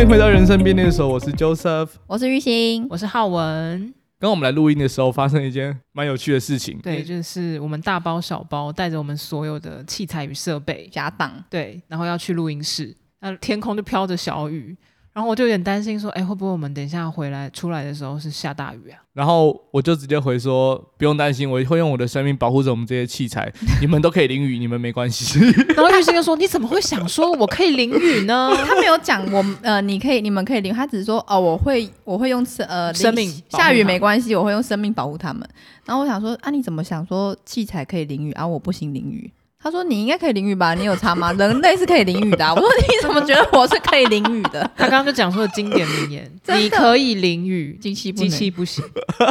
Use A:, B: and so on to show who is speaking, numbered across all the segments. A: 迎回到人生便利的时候，我是 Joseph。
B: 我是玉兴，
C: 我是浩文，
A: 刚刚我们来录音的时候，发生了一件蛮有趣的事情。
C: 对，就是我们大包小包带着我们所有的器材与设备，
B: 假档，
C: 对，然后要去录音室，那天空就飘着小雨，然后我就有点担心说，哎，会不会我们等一下回来出来的时候是下大雨啊？
A: 然后我就直接回说，不用担心，我会用我的生命保护着我们这些器 材，你们都可以淋雨，你们没关系。
C: 然后玉兴就说，你怎么会想说我可以淋雨呢？
B: 他没有讲我 们呃，你可以，你们可以领，他只是说哦，我会我会用生呃
C: 生
B: 淋
C: 命保护
B: 下雨
C: 他
B: 没关系，我会用生命保护他们。然后我想说啊，你怎么想说器材可以淋雨啊，我不行淋雨？他说你应该可以淋雨吧，你有差吗？ 人类是可以淋雨的啊、我说你怎么觉得我是可以淋雨 的？
C: 他刚刚就讲出了经典名言
B: 真：“的
C: 你可以淋雨，
B: 机器不
C: 机
B: 能
C: 器不行。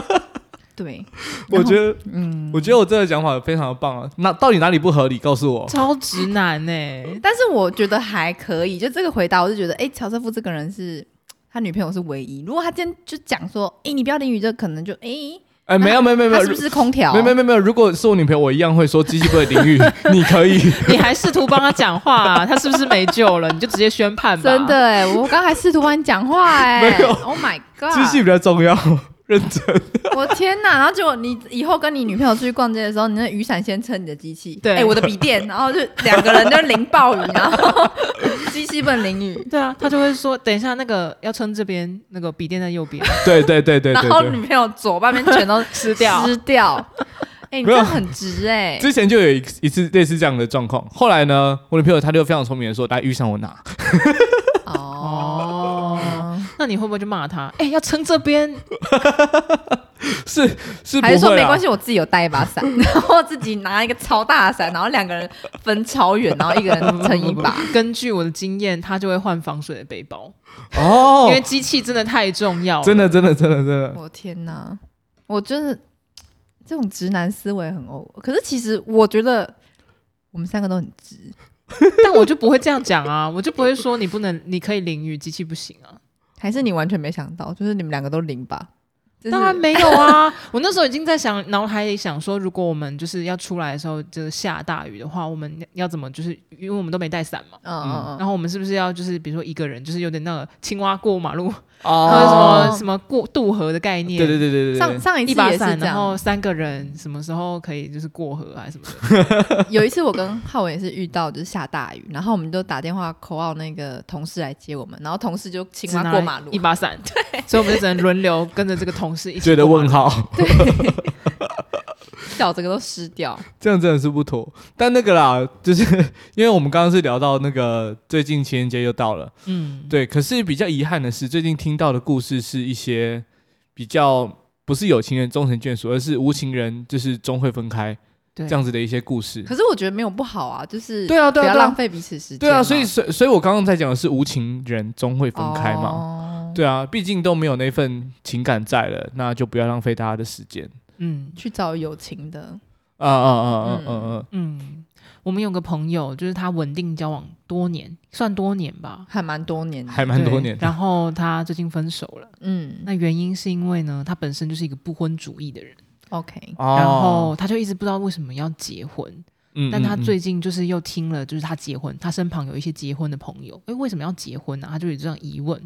B: 对，
A: 我觉得，
B: 嗯，
A: 我觉得我这个讲法非常的棒啊。那到底哪里不合理？告诉”我。
C: 超直男欸呢、
B: 但是我觉得还可以，就这个回答，我就觉得，哎、乔瑟夫这个人是他女朋友是唯一。如果他今天就讲说，哎、你不要淋雨，这可能就哎、
A: 哎，没有，没有，没有，没
B: 他
A: 有
B: 是不。啊是空调？
A: 没有没有没有没有，如果是我女朋友，我一样会说机器不会淋雨，你可以。
C: 你还试图帮他讲话、啊，他是不是没救了？你就直接宣判 吧。
B: 真的哎、我刚才试图帮你讲话哎、
A: 没有
B: o h my
A: 机器比
B: god！
A: 较重要，认真。
B: 我天哪！然后结果你以后跟你女朋友出去逛街的时候，你那雨伞先撑你的机器，
C: 对
B: 哎、我的笔 电，然后就两个人就淋暴雨，然后 机器不能淋雨，
C: 对啊，他就会说，等一下那个要撑这边，那个笔电在右边
A: 对对对对
B: 然
A: 对
B: 后
A: 对。
B: 女朋友左半边全都
C: 湿 掉。
B: 湿掉。哎、你
A: 没
B: 这
A: 有
B: 样很直哎、
A: 之前就有一一次类似这样的状况，后来呢，我女朋友她就非常聪明的说：“来，遇上我拿。”
B: 哦。
C: 那你会不会就骂他？哎、要撑这 边，
A: 是是不
B: 还是说
A: 会啊
B: 没
A: 啦
B: 关，系，我自己有带一把伞，然后自己拿一个超大的伞，然后两个人分超远，然后一个人撑一把。
C: 根据我的经验，他就会换防水的背包，
A: 哦
C: 因为机器真的太重要了。
A: 真的真的真的真的，
B: 我天哪，我真的这种直男思维很欧。可是其实我觉得我们三个都很直，
C: 但我就不会这样讲啊，我就不会说你不能，你可以淋雨，机器不行啊。
B: 还是你完全没想到，就是你们两个都零吧？就是
C: 当然没有啊，我那时候已经在想，脑海里想说，如果我们就是要出来的时候，就是下大雨的话，我们要怎么就是，因为我们都没带伞嘛。
B: 嗯嗯嗯，
C: 然后我们是不是要就是比如说一个人就是有点那个青蛙过马路，还有什
A: 哦，
C: 么什么过渡河的概念？
A: 对对对对对
B: 上
A: 对，
B: 上一次
C: 一把
B: 也是
C: 伞，
B: 这
C: 然后
B: 样。
C: 三个人什么时候可以就是过河啊什么的？
B: 有一次我跟浩文也是遇到，就是下大雨，然后我们就打电话 call out 那个同事来接我们，然后同事就青
C: 只
B: 蛙
C: 拿
B: 过马路
C: 一，把伞，对， 所以我们就只能轮流跟着这个同事一起
A: 觉得
C: 过马
A: 问
C: 路。
A: 号，
B: 脚整个都湿掉。
A: 这样真的是不妥。但那个啦，就是因为我们刚刚是聊到那个最近情人节又到了，
C: 嗯，
A: 对，可是比较遗憾的是，最近听到的故事是一些比较不是有情人终成眷属，而是无情人就是终会分开
C: 对
A: 这样子的一些故事。
B: 可是我觉得没有不好啊，就是
A: 对啊对啊
B: 不要
A: 对
B: 浪
A: 啊，
B: 费彼此时间嘛。
A: 对啊，所以所以所以我刚刚在讲的是无情人终会分开嘛。
B: 哦、
A: 对啊，毕竟都没有那份情感在了，那就不要浪费大家的时间。
C: 嗯
B: 去找有情的，
A: 啊啊啊啊啊啊！
C: 嗯，我们有个朋友，就是他稳定交往多年，算多年吧，
B: 还蛮多年的。
A: 还蛮多
C: 嗯对
A: 年的。
C: 然后他最近分手了，
B: 嗯
C: 那原因是因为呢，他本身就是一个不婚主义的人，
B: ，OK，
A: 哦
C: 然后他就一直不知道为什么要结婚，
A: 嗯
C: 但他
A: 嗯嗯
C: 最近就是又听了，就是他结婚，他身旁有一些结婚的朋友，哎，为什么要结婚呢、他就有这样疑问。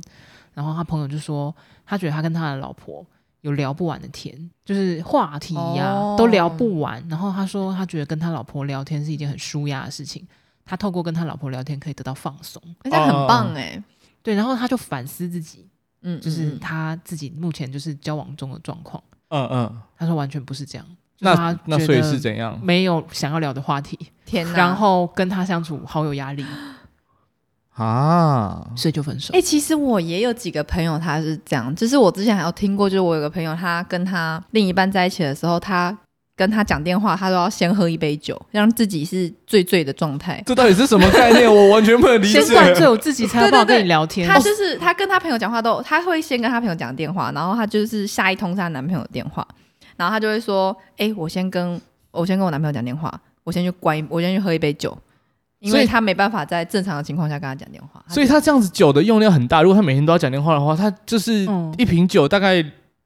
C: 然后他朋友就说，他觉得他跟他的老婆有聊不完的天，就是话题呀、
B: 哦
C: 都聊不完。然后他说，他觉得跟他老婆聊天是一件很舒压的事情，他透过跟他老婆聊天可以得到放松。
B: 而且很棒哎、
C: 对，然后他就反思自己，
B: 嗯，
C: 就是
B: 嗯
C: 他自己目前就是交往中的状况。
A: 嗯嗯，
C: 他说完全不是这样，就
A: 那
C: 是他
A: 那
C: 觉
A: 所以
C: 得
A: 是怎 样？
C: 没有想要聊的话题，
B: 天哪，
C: 然后跟他相处好有压力。
A: 啊，
C: 所以就分手
B: 哎、。其实我也有几个朋友他是这样，就是我之前还有听过，就是我有个朋友，他跟他另一半在一起的时候，他跟他讲电话，他都要先喝一杯酒，让自己是醉醉的状态。
A: 这到底是什么概念？我完全不能理解
C: 先。灌醉我自己， 才有办法跟你聊天。
B: 她就是她跟她朋友讲话都，她会先跟她朋友讲电话，然后她就是下一通是她男朋友的电话，然后她就会说：“哎、我先跟我先跟我男朋友讲电话，我先去关一，我先去喝一杯酒，因
A: 所
B: 为
A: 以
B: 她没办法在正常的情况下跟他讲电话。”
A: 所以他这样子酒的用量很大，如果他每天都要讲电话的话，他就是
C: 嗯
B: 哦
A: 一瓶酒大概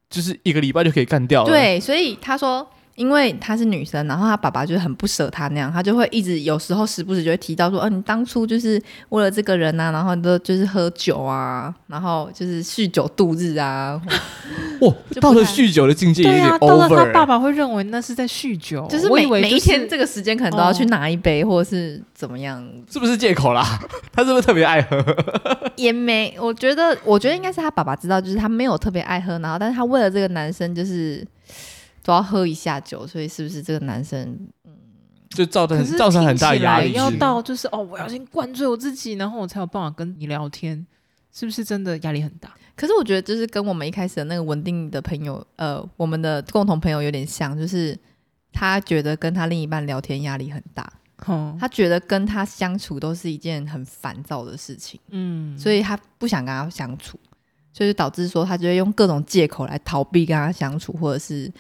A: 就是一个礼拜就可以干掉了。，
B: 对，所以她说因为她是女生，然后她爸爸就是很不舍她那样，她就会一直有时候时不时就会提到说，哦、你当初就是为了这个人啊，然后你都就是喝酒啊，然后就是酗酒度日 啊，
A: 哇，
B: 就不
A: 到了
B: 太
A: 酗酒的境界有
C: 对
A: 点
C: 啊，到了
A: over
C: 他
A: 欸。
C: 爸爸会认为那是在酗酒，
B: 就是
C: 我以
B: 每
C: 为、
B: 每一天这
C: 个
B: 个时间可能都要去
C: 哦
B: 拿一杯，或者是怎么样，
A: 是不是借口啦？ 他是不是特别爱喝？
B: 也没，我觉得，我觉得应该是他爸爸知道，就是他没有特别爱喝，然后但是他为了这个男生，就是都要喝一下酒，所以是不是这个男生
A: 就造
C: 可
A: 成
C: 是
A: 造成很大
C: 听起
A: 压
C: 来
A: 力。
C: 要
A: 是
C: 到就是哦，我要先灌醉我自己，然后我才有办法跟你聊天，是不是真的压力很大？
B: 可是我觉得，就是跟我们一开始的那个稳定的朋友，呃，我们的共同朋友有点像，就是他觉得跟他另一半聊天压力很大，
C: 哦，
B: 他觉得跟他相处都是一件很烦躁的事情，
C: 嗯，
B: 所
C: 以
B: 以他不想跟他相处，所以就导致说他就会用各种借口来逃避跟他相处，或者是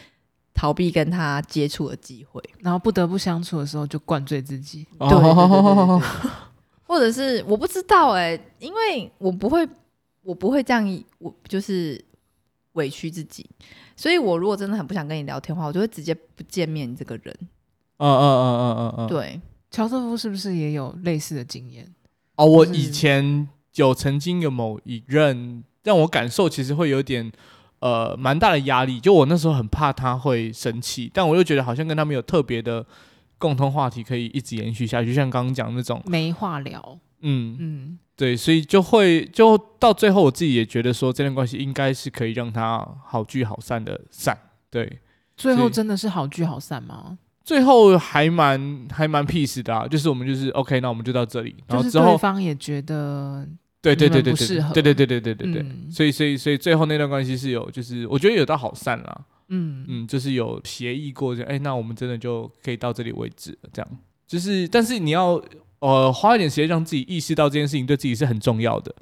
B: 逃避跟他接触的机会。
C: 然后不得不相处的时候就灌醉自己，
A: 哦
B: 对对对对对对或者是我不知道哎、因为我不会，我不会这样，我就是委屈自己。所以我如果真的很不想跟你聊天的话，我就会直接不见面这个人。
A: 嗯嗯嗯嗯嗯嗯。
B: 对，
C: 乔瑟夫是不是也有类似的经验？
A: 哦，我
C: 就是
A: 以前有曾经有某一任让我感受其实会有点呃蛮大的压力，就我那时候很怕他会生气，但我又觉得好像跟他们有特别的共同话题可以一直延续下去，就像刚刚讲那种，
C: 没话聊，
A: 嗯，
C: 嗯，
A: 对，所以就会就到最后我自己也觉得说这段关系应该是可以让他好聚好散的散，对。
C: 最
A: 所
C: 后
A: 以
C: 真的是好聚好散吗？
A: 最后还蛮还蛮 peace 的、啊，就是我们就是 OK，那我们就到这里，然
C: 就
A: 后
C: 是
A: 之后
C: 对方也觉得，
A: 对对对
C: 你
A: 对
C: 们不
A: 对
C: 适合
A: 对对对对对对对，
C: 嗯
A: 所以所以所以最后那段关系是有，就是我觉得有到好散啦，
C: 嗯嗯，
A: 嗯，就是有协议过，就哎、那我们真的就可以到这里为止了，这样，就是但是你要呃花一点时间让自己意识到这件事情对自己是很重要的。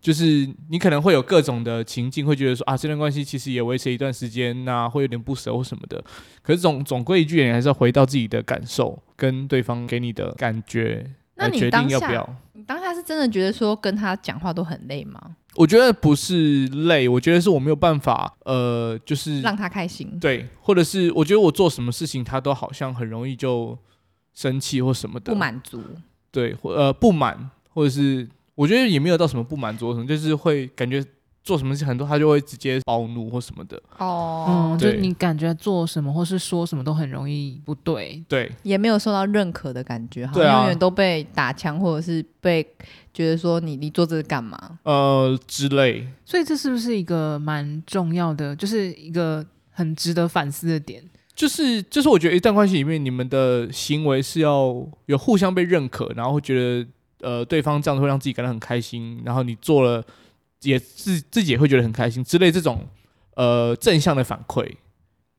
A: 就是你可能会有各种的情境，会觉得说啊，这段关系其实也维持一段时间呐、会有点不舍或什么的。可是总总归一句，你还是要回到自己的感受跟对方给你的感觉
B: 那
A: 来
B: 你
A: 哎决
B: 当
A: 定要不
B: 下
A: 要。
B: 你当下是真的觉得说跟他讲话都很累吗？
A: 我觉得不是累，我觉得是我没有办法，呃，就是
B: 让他开心，
A: 对，或者是我觉得我做什么事情，他都好像很容易就生气或什么的，
B: 不满足。
A: 对，或呃不满，或者是我觉得也没有到什么不满足什么，就是会感觉做什么事情很多，他就会直接暴怒或什么的，
B: 哦，
C: 就
A: 对
C: 你感觉做什么或是说什么都很容易不对，
A: 对，
B: 也没有受到认可的感觉，好
A: 对啊
B: 像永远都被打枪，或者是被觉得说你你做这个干嘛？
A: 呃之类，
C: 所以这是不是一个蛮重要的，就是一个很值得反思的点？
A: 就是就是我觉得一段关系里面，你们的行为是要有互相被认可，然后会觉得呃对方这样会让自己感到很开心，然后你做了也自自己也会觉得很开心之类这种呃正向的反馈，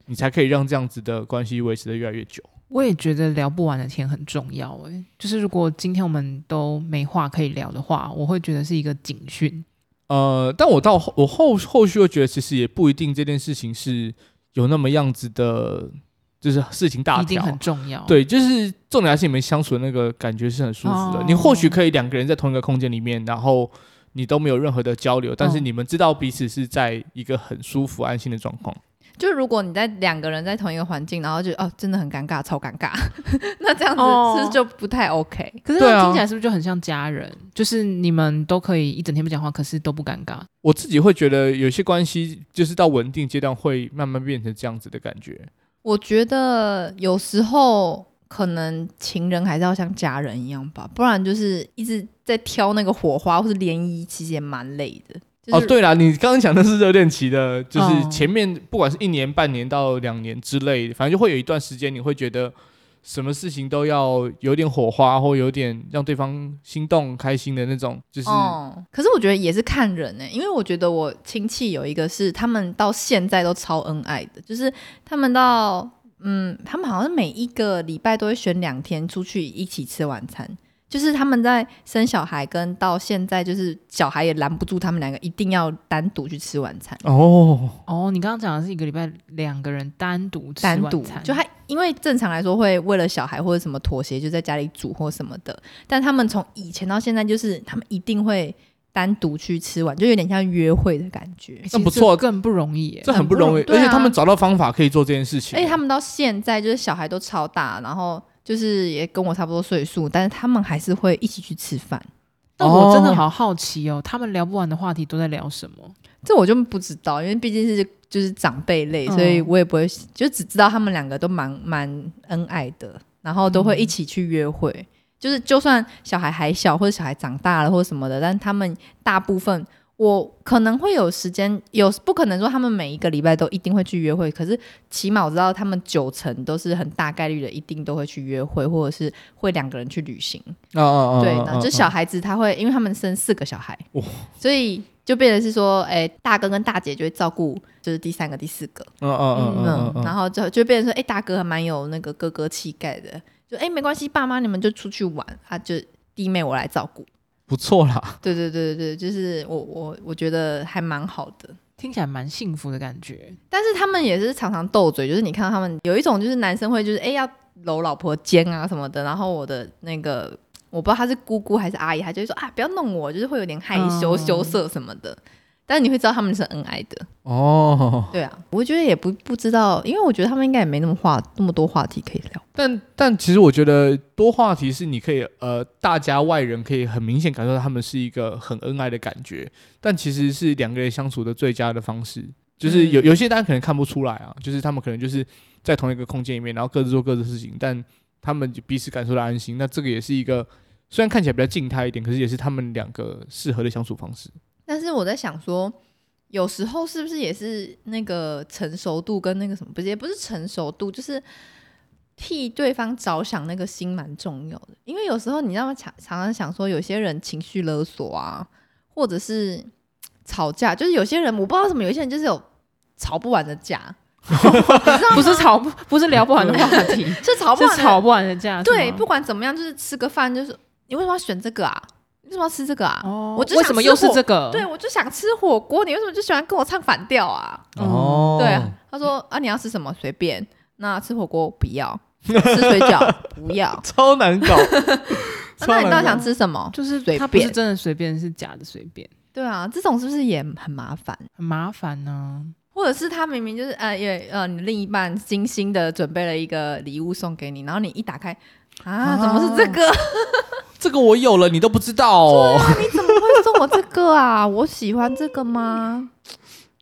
A: 你才可以让这样子的关系维持的越来越久。
C: 我也觉得聊不完的天很重要、欸，诶，就是如果今天我们都没话可以聊的话，我会觉得是一个警讯。
A: 呃，但我到后我后后续又觉得其实也不一定这件事情是有那么样子的，就是事情大
C: 一定
A: 条，
C: 很重
B: 哦
C: 要。，
A: 对，就是重点还是你们相处的那个感觉是很舒
B: 哦
A: 服的。你或许可以两个人在同一个空间里面，然后你都没有任何的交流，但是
C: 嗯
A: 你们知道彼此是在一个很舒服、安心的状况。
B: 就如果你在两个人在同一个环境，然后就哦真的很尴尬，超尴尬， 那这样子
C: 哦
B: 是不是就不太 OK？
C: 可是
A: 对啊
C: 听起来是不是就很像家人？就是你们都可以一整天不讲话，可是都不尴尬。
A: 我自己会觉得有些关系就是到稳定阶段会慢慢变成这样子的感觉。
B: 我觉得有时候可能情人还是要像家人一样吧，不然就是一直在挑那个火花或是涟漪，其实也蛮累的。就是、哦
A: 哦，，对啦，你刚刚讲的是热恋期的，就是
C: 嗯
A: 前面不管是一年、半年到两年之类，反正就会有一段时间你会觉得。什么事情都要有点火花，或有点让对方心动、开心的那种，就是、
B: 哦，可是我觉得也是看人呢、因为我觉得我亲戚有一个是他们到现在都超恩爱的，就是他们到嗯，他们好像每一个礼拜都会选两天出去一起吃晚餐。就是他们在生小孩跟到现在，就是小孩也拦不住他们两个，一定要单独去吃晚餐，
A: 哦，
C: 哦，你刚刚讲的是一个礼拜两个人单独吃
B: 单独
C: 晚餐
B: 就他，因为正常来说会为了小孩或者什么妥协，就在家里煮或什么的。但他们从以前到现在，就是他们一定会单独去吃完，就有点像约会的感觉。
C: 其实
A: 不错
C: 更不容易耶。欸
A: 这很
B: 很
A: 不
B: 不容
A: 容易，
B: 对
A: 而且他
B: 啊
A: 们找到方法可以做这件事情。
B: 而且他们到现在就是小孩都超大，然后就是也跟我差不多岁数，但是他们还是会一起去吃饭。
C: 但我真的
A: 哦
C: 好好奇哦，他们聊不完的话题都在聊什么？
B: 这我就不知道，因为毕竟是就是长辈类，
C: 嗯
B: 所以我也不会，就只知道他们两个都蛮蛮恩爱的，然后都会一起去约会。就是就算小孩还小，或者小孩长大了或者什么的，但他们大部分我可能会有时间，有不可能说他们每一个礼拜都一定会去约会，可是起码我知道他们九成都是很大概率的，一定都会去约会，或者是会两个人去旅行。
A: 啊啊啊！
B: 对，
A: 啊
B: 那就小孩子他会，因为他们生四个小孩
A: 哇，
B: 所以就变成是说，哎、大哥跟大姐就会照顾，就是第三个、第四个，
A: 嗯嗯嗯嗯
B: 嗯，
A: 嗯
B: 然后就就变成说，哎、大哥还蛮有那个哥哥气概的，就哎、没关系，爸妈你们就出去玩啊，就弟妹我来照顾。
A: 不错啦。
B: 对对对对对，就是我我我觉得还蛮好的。
C: 听起来蛮幸福的感觉。
B: 但是他们也是常常斗嘴，就是你看到他们有一种就是男生会就是哎、要搂老婆肩啊什么的，然后我的那个我不知道他是姑姑还是阿姨，他就会说啊不要弄我，就是会有点害羞、
C: 嗯
B: 羞涩什么的。但你会知道他们是恩爱的，
A: 哦，
B: 对啊，我觉得也不不知道，因为我觉得他们应该也没那么话那么多话题可以聊。
A: 但但其实我觉得多话题是你可以呃，大家外人可以很明显感受到他们是一个很恩爱的感觉，但其实是两个人相处的最佳的方式。就是有有些大家可能看不出来啊，就是他们可能就是在同一个空间里面，然后各自做各自的事情，但他们就彼此感受到安心。那这个也是一个虽然看起来比较静态一点，可是也是他们两个适合的相处方式。
B: 但是我在想说，有时候是不是也是那个成熟度跟那个什么，不是也不是成熟度，就是替对方着想那个心蛮重要的。因为有时候你让我常常常想说，有些人情绪勒索啊，或者是吵架，就是有些人我不知道为什么，有些人就是有吵不完的架，
C: 不是吵不不是聊不完的话题，
B: 是 吵不
C: 是
B: 完的
C: 吵不完的架。
B: 对，
C: 是吗
B: 不管怎么样，就是吃个饭，就是你为什么要选这个啊？你为什么要吃这个啊？
C: 哦，
B: 我就
C: 为
B: 想
C: 什么
B: 吃
C: 又是
B: 火
C: 这个？
B: 对，，我就想吃火锅，你为什么就喜欢跟我唱反调啊？
A: 哦，
B: 对，他说啊，你要吃什么随便，那吃火锅不要，吃水 饺不要，啊
A: 超难 搞。
B: 那你到
A: 超难
B: 底
A: 搞
B: 想吃什么？
C: 就是
B: 随
C: 他不是
B: 便
C: 真的随便，是假的随便，
B: 对啊，这种是不是也很麻烦？
C: 很麻烦呢、
B: 或者是他明明就是呃也呃你另一半精心的准备了一个礼物送给你，然后你一打开啊，怎么是这个？
A: 这个我有了，你都不知道哦。
B: 你怎么 会送我这个啊？我喜欢这个吗？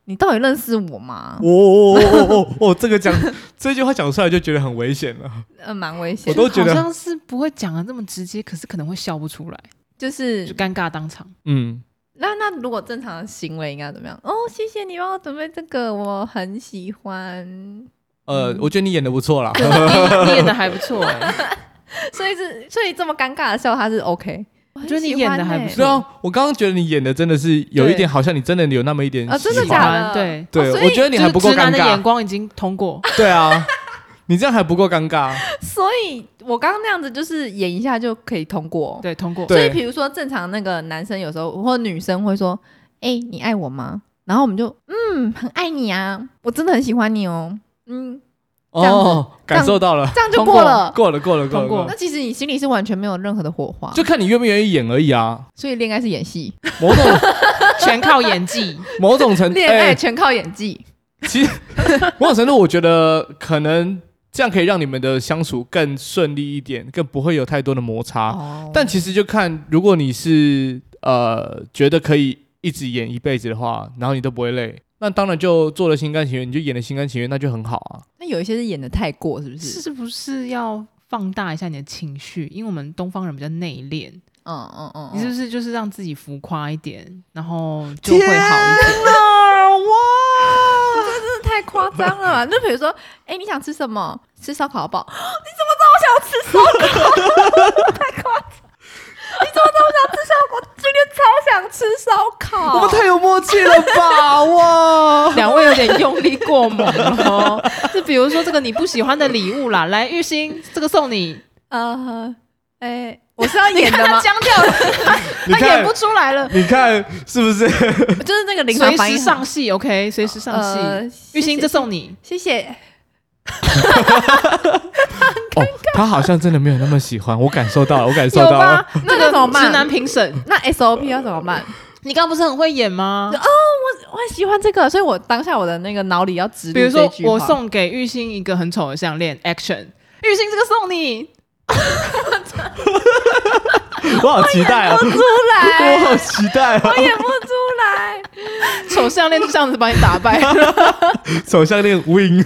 B: 你到底认识我吗？
A: 哦哦哦哦哦，这个讲这句话讲出来就觉得很危险了。
B: 呃，蛮危险
A: 我
B: 的，
A: 都觉
C: 好
A: 得，
C: 像是不会讲的那么直接，可是可能会笑不出来，
B: 就是
C: 就尴尬当场。
A: 嗯，
B: 那那如果正常的行为应该怎么样？哦，谢谢你帮我准备这个，我很喜欢。 嗯
A: 呃，我觉得你演的不错啦。
C: 你演的还不错哎、
B: 所以是所以这么尴尬的笑他是 OK。我
C: 觉得你演得还不
B: 是
A: 对啊，我刚刚觉得你演的真的是有一点，
B: 对
A: 好像你真的有那么一点
B: 啊真的
A: 喜欢
B: 假
C: 喜欢
B: 的？
C: 对
A: 对，
B: 哦所以
A: 我觉得你还不够
C: 就是直
A: 尴
C: 男的眼
A: 尬。
C: 光已经通过，
A: 对啊，你这样还不够尴尬。
B: 所以我刚刚那样子就是演一下就可以通过。
C: 对，通过。
A: 对
B: 所以比如说正常那个男生有时候或女生会说：“哎、你爱我吗？”然后我们就嗯，很爱你啊，我真的很喜欢你哦，嗯， 这样子
A: 哦，感受到了，
B: 这样就
C: 通过
B: 过了。
A: 过了，过了，过了
C: 通过
A: 过
B: 那
A: 了，
B: 其实你心里是完全没有任何的火花，
A: 就看你愿不愿意演而已啊。
B: 所以恋爱是演戏，
A: 某 种
C: 全靠演技。
A: 某种程度，
B: 恋爱
A: 哎，
B: 全靠演技。
A: 其实 某种程度，我觉得可能这样可以让你们的相处更顺利一点，更不会有太多的摩擦。
B: 哦
A: 啊但其实就看，如果你是呃觉得可以一直演一辈子的话，然后你都不会累，那当然就做了心甘情愿，你就演了心甘情愿，那就很好啊。
B: 那有一些是演的太过，是不是？
C: 是不是要放大一下你的情绪？因为我们东方人比较内敛，
B: 嗯嗯嗯，
C: 你是
B: 嗯
C: 不是就是让自己浮夸一点，然后就会好一点？
A: 啊
B: 哇，这真的太夸张了 吧！就比如说，哎、你想吃什么？吃烧烤好不好？ 你怎么知道我想吃烧 烤？太夸张！你怎么知道我想吃烧烤？我今天超想吃烧烤。
A: 有默契了吧？哇！
C: 两位有点用力过猛了哦，就比如说这个你不喜欢的礼物啦，来玉兴，这个送你，
B: 呃，哎、我是要演
C: 看
B: 的
C: 他
B: 吗？
C: 僵掉了，
A: 你
C: 他演
A: 看
C: 不，出来了，
A: 你看是不是？
B: 就是那个临场
C: 随
B: 反应
C: 时
B: 很
C: 上戏，OK，随时上戏。
B: 呃，
C: 玉兴，这
B: 是
C: 送你，
B: 谢谢。
A: 哦，他好像真的没有那么喜欢，我感受到了，我感受
C: 有
A: 到了
C: 吧。？
B: 那
C: 这个
B: 怎么办
C: 直男评审，
B: 那 SOP 要怎么办？
C: 你刚刚不是很会演吗？
B: 我很喜欢这个，所以我当下我的那个脑里要植入
C: 比如
B: 这
C: 说
B: 句话
C: 我送给玉兴一个很丑的项链，action，玉兴这个送你，
A: 我好期待哦，
B: 出来，
A: 我好期待哦，
B: 我演不出来。
C: 丑项链就这样子把你打 败。
A: 手项链 win，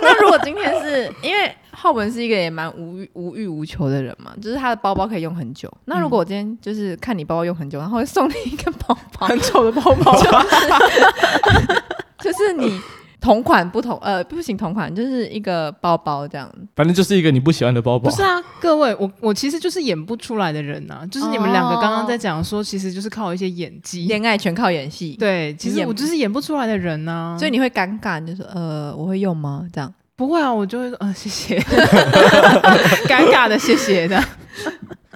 B: 那如果今天是因为浩文是一个也蛮无欲无欲无求的人嘛，就是他的包包可以用很久。那如果我今天就是看你包包用很久，然后会送你一个包包，
C: 很丑的包包，
B: 就是你同款不同呃不行同款，就是一个包包这样。
A: 反正就是一个你不喜欢的包包
C: 不。是啊，各位，我我其实就是演不出来的人呐、就是你们两个刚刚在讲说，其实就是靠一些演技。
B: 恋爱全靠演戏，
C: 对，其
B: 你
C: 实
B: 演
C: 我就是演不出来的人呐、
B: 所以你会尴尬，你就说呃我会用吗？这样。
C: 不会啊，我就会说，嗯、 谢谢，尴尬的谢谢的。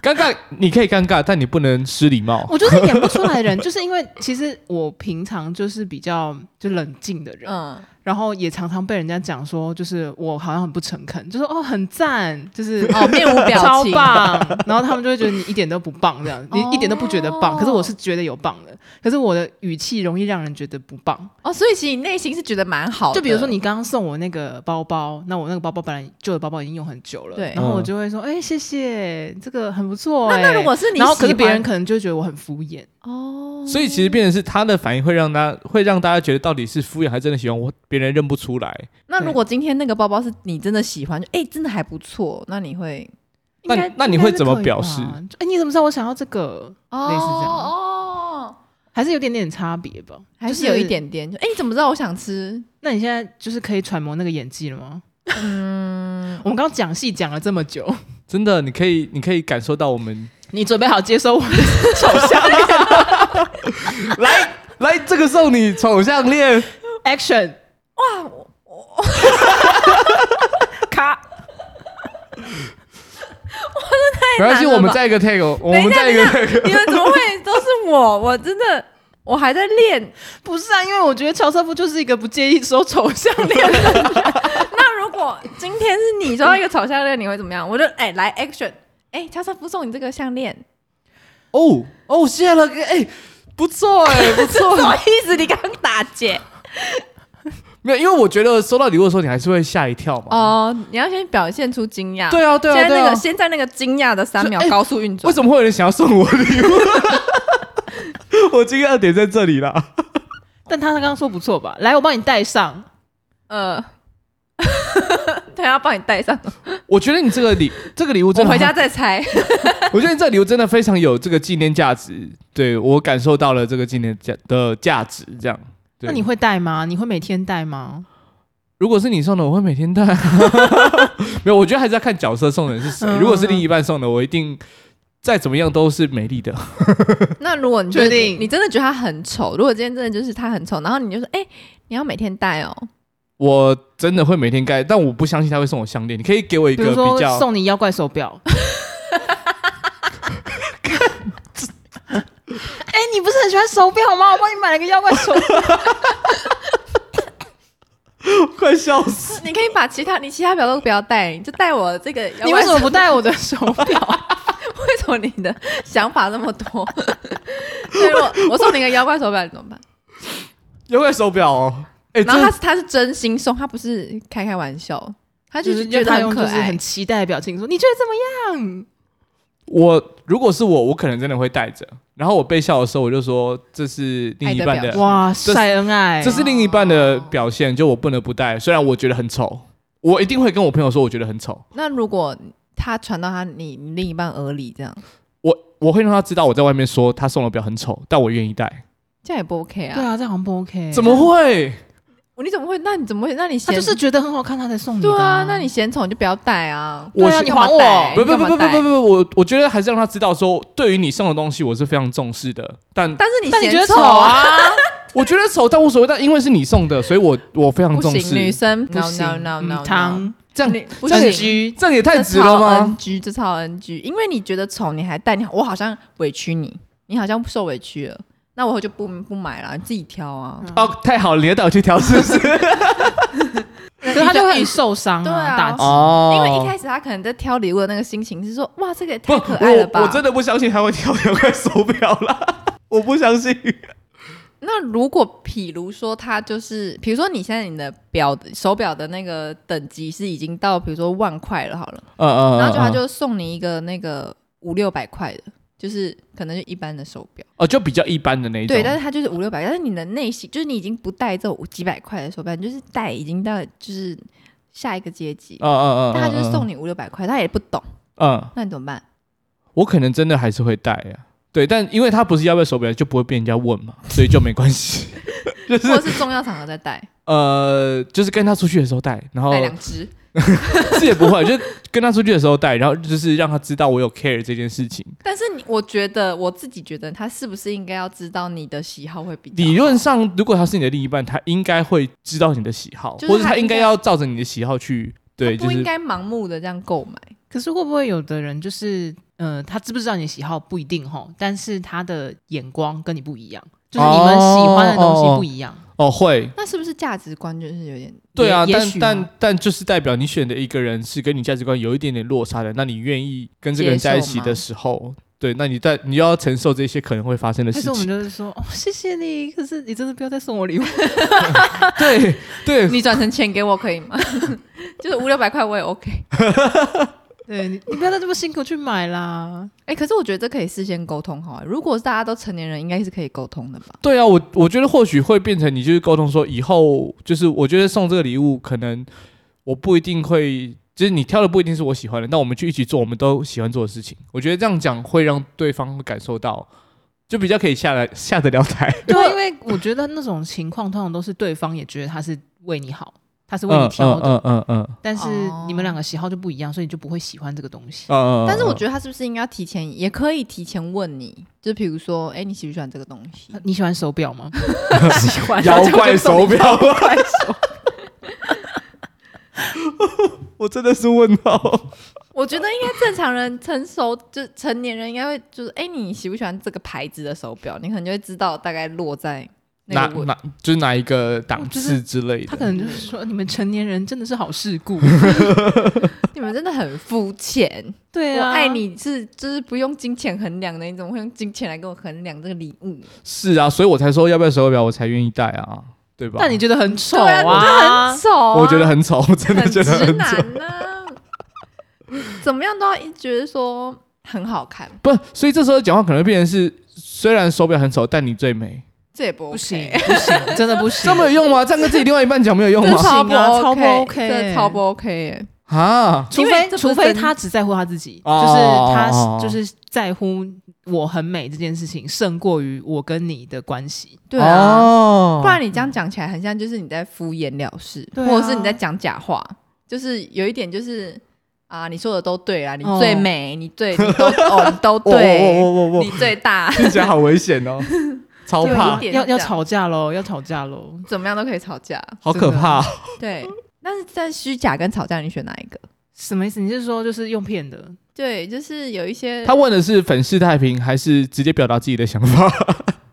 A: 尴尬，你可以尴尬，但你不能失礼貌。
C: 我就是演不出来的人，就是因为其实我平常就是比较就冷静的人，
B: 嗯，
C: 然后也常常被人家讲说，就是我好像很不诚恳，就说哦很赞， 就是
B: 哦，面无表
C: 超
B: 情，
C: 棒，然后他们就会觉得你一点都不棒，这样你
B: 哦
C: 一点都不觉得棒。可是我是觉得有棒的，可是我的语气容易让人觉得不棒。
B: 哦，所以其实你内心是觉得蛮好的。
C: 就比如说你刚刚送我那个包包，那我那个包包本来旧的包包已经用很久了，
B: 对
C: 然后我
A: 嗯
C: 就会说，哎、谢谢，这个很不错、
B: 那
C: 哎
B: 那如果是你喜欢，
C: 然后可是别人可能就会觉得我很敷衍，
B: 哦，
A: 所以其实变成是他的反应会让他会让大家觉得到底是敷衍还是真的喜欢我，别人认不出来。
B: 那如
C: 对
B: 果今天那个包包是你真的喜欢，就哎、真的还不错，那你会
A: 那
C: 应该
A: 那你
C: 应该
A: 会
C: 是
A: 怎么
C: 可以
A: 表
C: 吧
A: 示
C: 就哎、你怎么知道我想要这个？
B: 哦
C: 类似这样
B: 哦，
C: 还是有点点差别吧，
B: 还
C: 就是
B: 有一。点点，就哎、你怎么知道我想吃？
C: 那你现在就是可以揣摩那个演技了吗？
B: 嗯，
C: 我们刚刚讲戏讲了这么久，
A: 真的，你可以你可以感受到我们
C: 你准备好接收我的丑相了
A: 来来这个送你丑项链，
C: ？Action！
B: 哇，我
C: 咔，
A: 没关系，
B: 了吧
A: 我们再一个 tag，哦我们再一个 tag。
B: 你们怎么会都是我？ 我真的我还在练。
C: 不是啊，因为我觉得乔瑟夫就是一个不介意收丑项 链的。
B: 那如果今天是你收到一个丑项链，你会怎么样？我就哎、来 action，哎、乔瑟夫送你这个项链，
A: 哦哦，谢了，哎、不错哎、不
B: 什
A: 错。
B: 么意思？你刚刚打 结
A: 没有，因为我觉得收到礼物的时候，你还是会吓一跳嘛。
B: 哦，你要先表现出惊讶。
A: 对啊，对啊，
B: 现在
A: 对
B: 那
A: 啊
B: 个。先在那个惊讶的三秒
A: 哎
B: 高速运转
A: 为。什么会有人想要送我礼 物？我今天二点在这里啦。
C: 但他刚刚说不错吧？来，我帮你戴上。
B: 呃， 对，要帮你带上，
A: 我觉得你这个礼，这个礼物
B: 我
A: 真的，
B: 回家再 拆。
A: 我觉得你这个礼物真的非常有这个纪念价值。对我感受到了这个纪念价的价值，这样。对
C: 那你会戴吗？你会每天戴吗？
A: 如果是你送的，我会每天戴。没有，我觉得还是要看角色送的人是谁。
C: 嗯
A: 如果是另一半送的，我一定再怎么样都是美丽的。
B: 那如果你
C: 确
B: 真的
C: 定
B: 你真的觉得他很丑，如果今天真的就是他很丑，然后你就说，哎、你要每天戴哦，
A: 我真的会每天盖，但我不相信他会送我项链。你可以给我一
C: 比
A: 个
C: 如
A: 比
C: 说
A: 较
C: 送你妖怪手 表。哎、你不是很喜欢手表吗？我帮你买了个妖怪手 表。
A: 快笑死！
B: 你可以把其他你其他表都不要戴，你就戴我这个。
C: 你为什么不？戴我的手表？
B: 为什么你的想法那么多？ 所以我我送你一个妖怪手表，你怎么办？
A: 有块手表哦，哎、
B: 然后他
A: 这
B: 是他是真心送，他不是开开玩笑，他
C: 就
B: 啊就是是觉得
C: 他
B: 很
C: 用
B: 可
C: 就是
B: 爱
C: 很。期待的表情说：“你觉得怎么样？”
A: 我如果是我，我可能真的会戴着。然后我被笑的时候，我就说这是另一半
B: 爱的
A: 的，
B: 表现
C: 哇，
A: 这是
C: 晒恩
B: 哎
C: 爱，哦
A: 这是另一半的表现，就我不能不戴。虽然我觉得很丑，我一定会跟我朋友说我觉得很丑。
B: 那如果他传到他你你另一半耳里这样，
A: 我我会让他知道我在外面说他送的表很丑，但我愿意
B: 哎
A: 戴。
B: 这样也不 OK 啊？
C: 对啊，这样好像不 OK。
A: 怎么会？
B: 哎你怎么会？那你怎么会？那你
C: 他
B: 嫌
C: 就是觉得很好看，他才送你的、
B: 对啊？那你嫌丑你就不要戴啊！
A: 我
C: 对啊
A: 是
C: 你还我
B: 干嘛戴
A: 不不不不
B: 你干嘛
A: 不
B: 戴
A: 不不，我我觉得还是让他知道说，对于你送的东西，我是非常重视的。 但
B: 但是你
C: 但你
B: 嫌
C: 觉得
B: 丑
C: 丑啊？
A: 我觉得丑，但无所谓。但因为是你送的，所以我我非常
B: 不
A: 重
B: 行，女
A: 视。
B: 生
C: 不
B: no
C: 行
B: no no
C: 嗯
B: no，
C: 糖
A: 这样
B: 你不
A: 这样
B: 行
A: 也
C: 居，
A: 这样也太
B: 这
A: 直了
B: 超
A: 吗？
B: ？NG，这超 NG，因为你觉得丑，你还戴，你我好像委屈你，你好像受委屈了。那我以后就不不买了，你自己挑啊。
A: 哦，太好了，你要带我去挑是不 是？
C: 可是他就
B: 你
C: 很受伤
B: 对啊
C: 打击。
A: 哦
B: 因为一开始他可能在挑礼物的那个心情是说，哇，这个也
A: 不
B: 太可爱了吧！
A: 我我真的不相信他会挑两块手表啦。我不相信。
B: 那如果比如说他就是，比如说你现在你的表手表的那个等级是已经到，比如说万块了好了，
A: 嗯嗯，
B: 然后就他
A: 嗯
B: 就送你一个那个五六百块的，就是可能就一般的手表，
A: 哦，就比较一般的那一种。
B: 对，但是他就是五六百，但是你的内心就是你已经不戴这种几百块的手表，你就是戴已经到就是下一个阶级，
A: 嗯嗯嗯，
B: 但他就是送
A: 你。
B: 你五六百块，他也不懂，
A: 嗯，
B: 那你怎么办？
A: 我可能真的还是会戴呀。对，但因为他不是要不要手表，就不会被人家问 嘛，所以就没关系。就
B: 或
A: 是
B: 者是重要场合再戴，
A: 呃，就是跟他出去的时候戴，然后
B: 戴两只，
A: 是也不会，就是跟他出去的时候戴，然后就是让他知道我有 care 这件事情。
B: 但是你我觉得我自己觉得他是不是应该要知道你的喜好会比较好
A: 理论上，如果他是你的另一半，他应该会知道你的喜好，
B: 就是
A: 或者
B: 他
A: 他
B: 应
A: 应
B: 该
A: 该要照着你的喜好去。对，
B: 他
A: 就
B: 不应
A: 是
B: 该盲目的这样购买。
C: 可是会不会有的人就是，呃，他知不知道你的喜好不一定吼，但是他的眼光跟你不一样，就是你们喜欢的东西不一样。
A: 哦，会，
B: 那是不是价值观就是 有点？
A: 对啊，
C: 也也
A: 但
C: 许啊
A: 但但就是代表你选的一个人是跟你价值观有一点点落差的，那你愿意跟这个人在一起的时候，对，那你在你又要承受这些可能会发生的
C: 但
A: 事
C: 是我们
A: 情，
C: 就是说，哦，谢谢你，可是你真的不要再送 我礼物。
A: 对对，
B: 你转成钱给我可以吗？ 就是五六百块我也 OK。
C: 对你，你不要再这么辛苦去买啦。
B: 哎、可是我觉得这可以事先沟通好了。啊如果是大家都成年人，应该是可以沟通的吧？
A: 对啊，我我觉得或许会变成你就是沟通说，以后就是我觉得送这个礼物，可能我不一定会，就是你挑的不一定是我喜欢的，那我们去一起做我们都喜欢做的事情。我觉得这样讲会让对方会感受到，就比较可以下来下得了台。
C: 对啊，因为我觉得那种情况通常都是对方也觉得他是为你好，他是为你挑的，
A: 嗯嗯嗯嗯
C: 但是
B: 哦
C: 你们两个喜好就不一样，所以你就不会喜欢这个东西。
A: 嗯嗯。
B: 但是我觉
A: 得，
B: 得他是不是应该提前，也可以提前问你，就比如说，哎、你喜不喜欢这个东 西？
C: 你喜欢手表吗？喜欢
A: 摇怪手表
C: 摇怪手。
A: 我真的是问号。
B: 我觉得应该正常人成熟，就成年人应该会就是，哎、你喜不喜欢这个牌子的手表？你可能就会知道大概落在
A: 哪
B: 那个位
A: 哪就是哪一个档
C: 我觉
A: 次之类的？
C: 他可能就是说，你们成年人真的是好世 故。
B: 你们真的很肤浅。
C: 对
B: 我
C: 啊，
B: 爱。你是就是不用金钱衡量的，你怎么会用金钱来跟我衡量这个礼物？
A: 是啊，所以我才说要不要手表，我才愿意戴啊，对吧？
C: 但你觉得很丑
B: 对啊，你就很丑啊、
A: 我觉得很丑，我真的
B: 很
A: 觉得
B: 直
A: 很丑。
B: 男呢、 怎么样都要觉得说很好看，
A: 不，所以这时候讲话可能变成是，虽然手表很丑，但你最美，
B: 这也不、OK、
C: 不行， 不行，真的不行。
A: 这没有用吗？这样跟自己另外一半讲没有用
B: 这
A: 吗？
B: 超不
C: 不行啊
B: OK，,
C: 超不 OK
B: 这超不 OK 耶、
A: 啊，
C: 除
B: 因为
C: 非
B: 这不是
C: 除非
B: 真
C: 他只在乎他自己，
A: 哦
C: 就是他
A: 哦哦哦
C: 就是在乎我很美这件事情，胜过于我跟你的关系。
B: 对啊。
A: 哦
B: 不然你这样讲起来，很像就是你在敷衍了事，
C: 对啊
B: 或者是你在讲假话。就是有一点，就是啊，你说的都对啦，你最
C: 哦
B: 美，你最你都哦，你都
A: 我
B: 对，
A: 我我我
B: 你最大，
A: 听起来好危险哦，超
B: 对
A: 怕
B: 一，点
C: 要
B: 这样
C: 要吵架喽，要吵架喽。
B: 怎么样都可以吵架。
A: 好可怕。
B: 对，但是在虚假跟吵架，你选哪一个？
C: 什么意思？你是说就是用骗的？
B: 对，就是有一些，
A: 他问的是粉饰太平，还是直接表达自己的想法，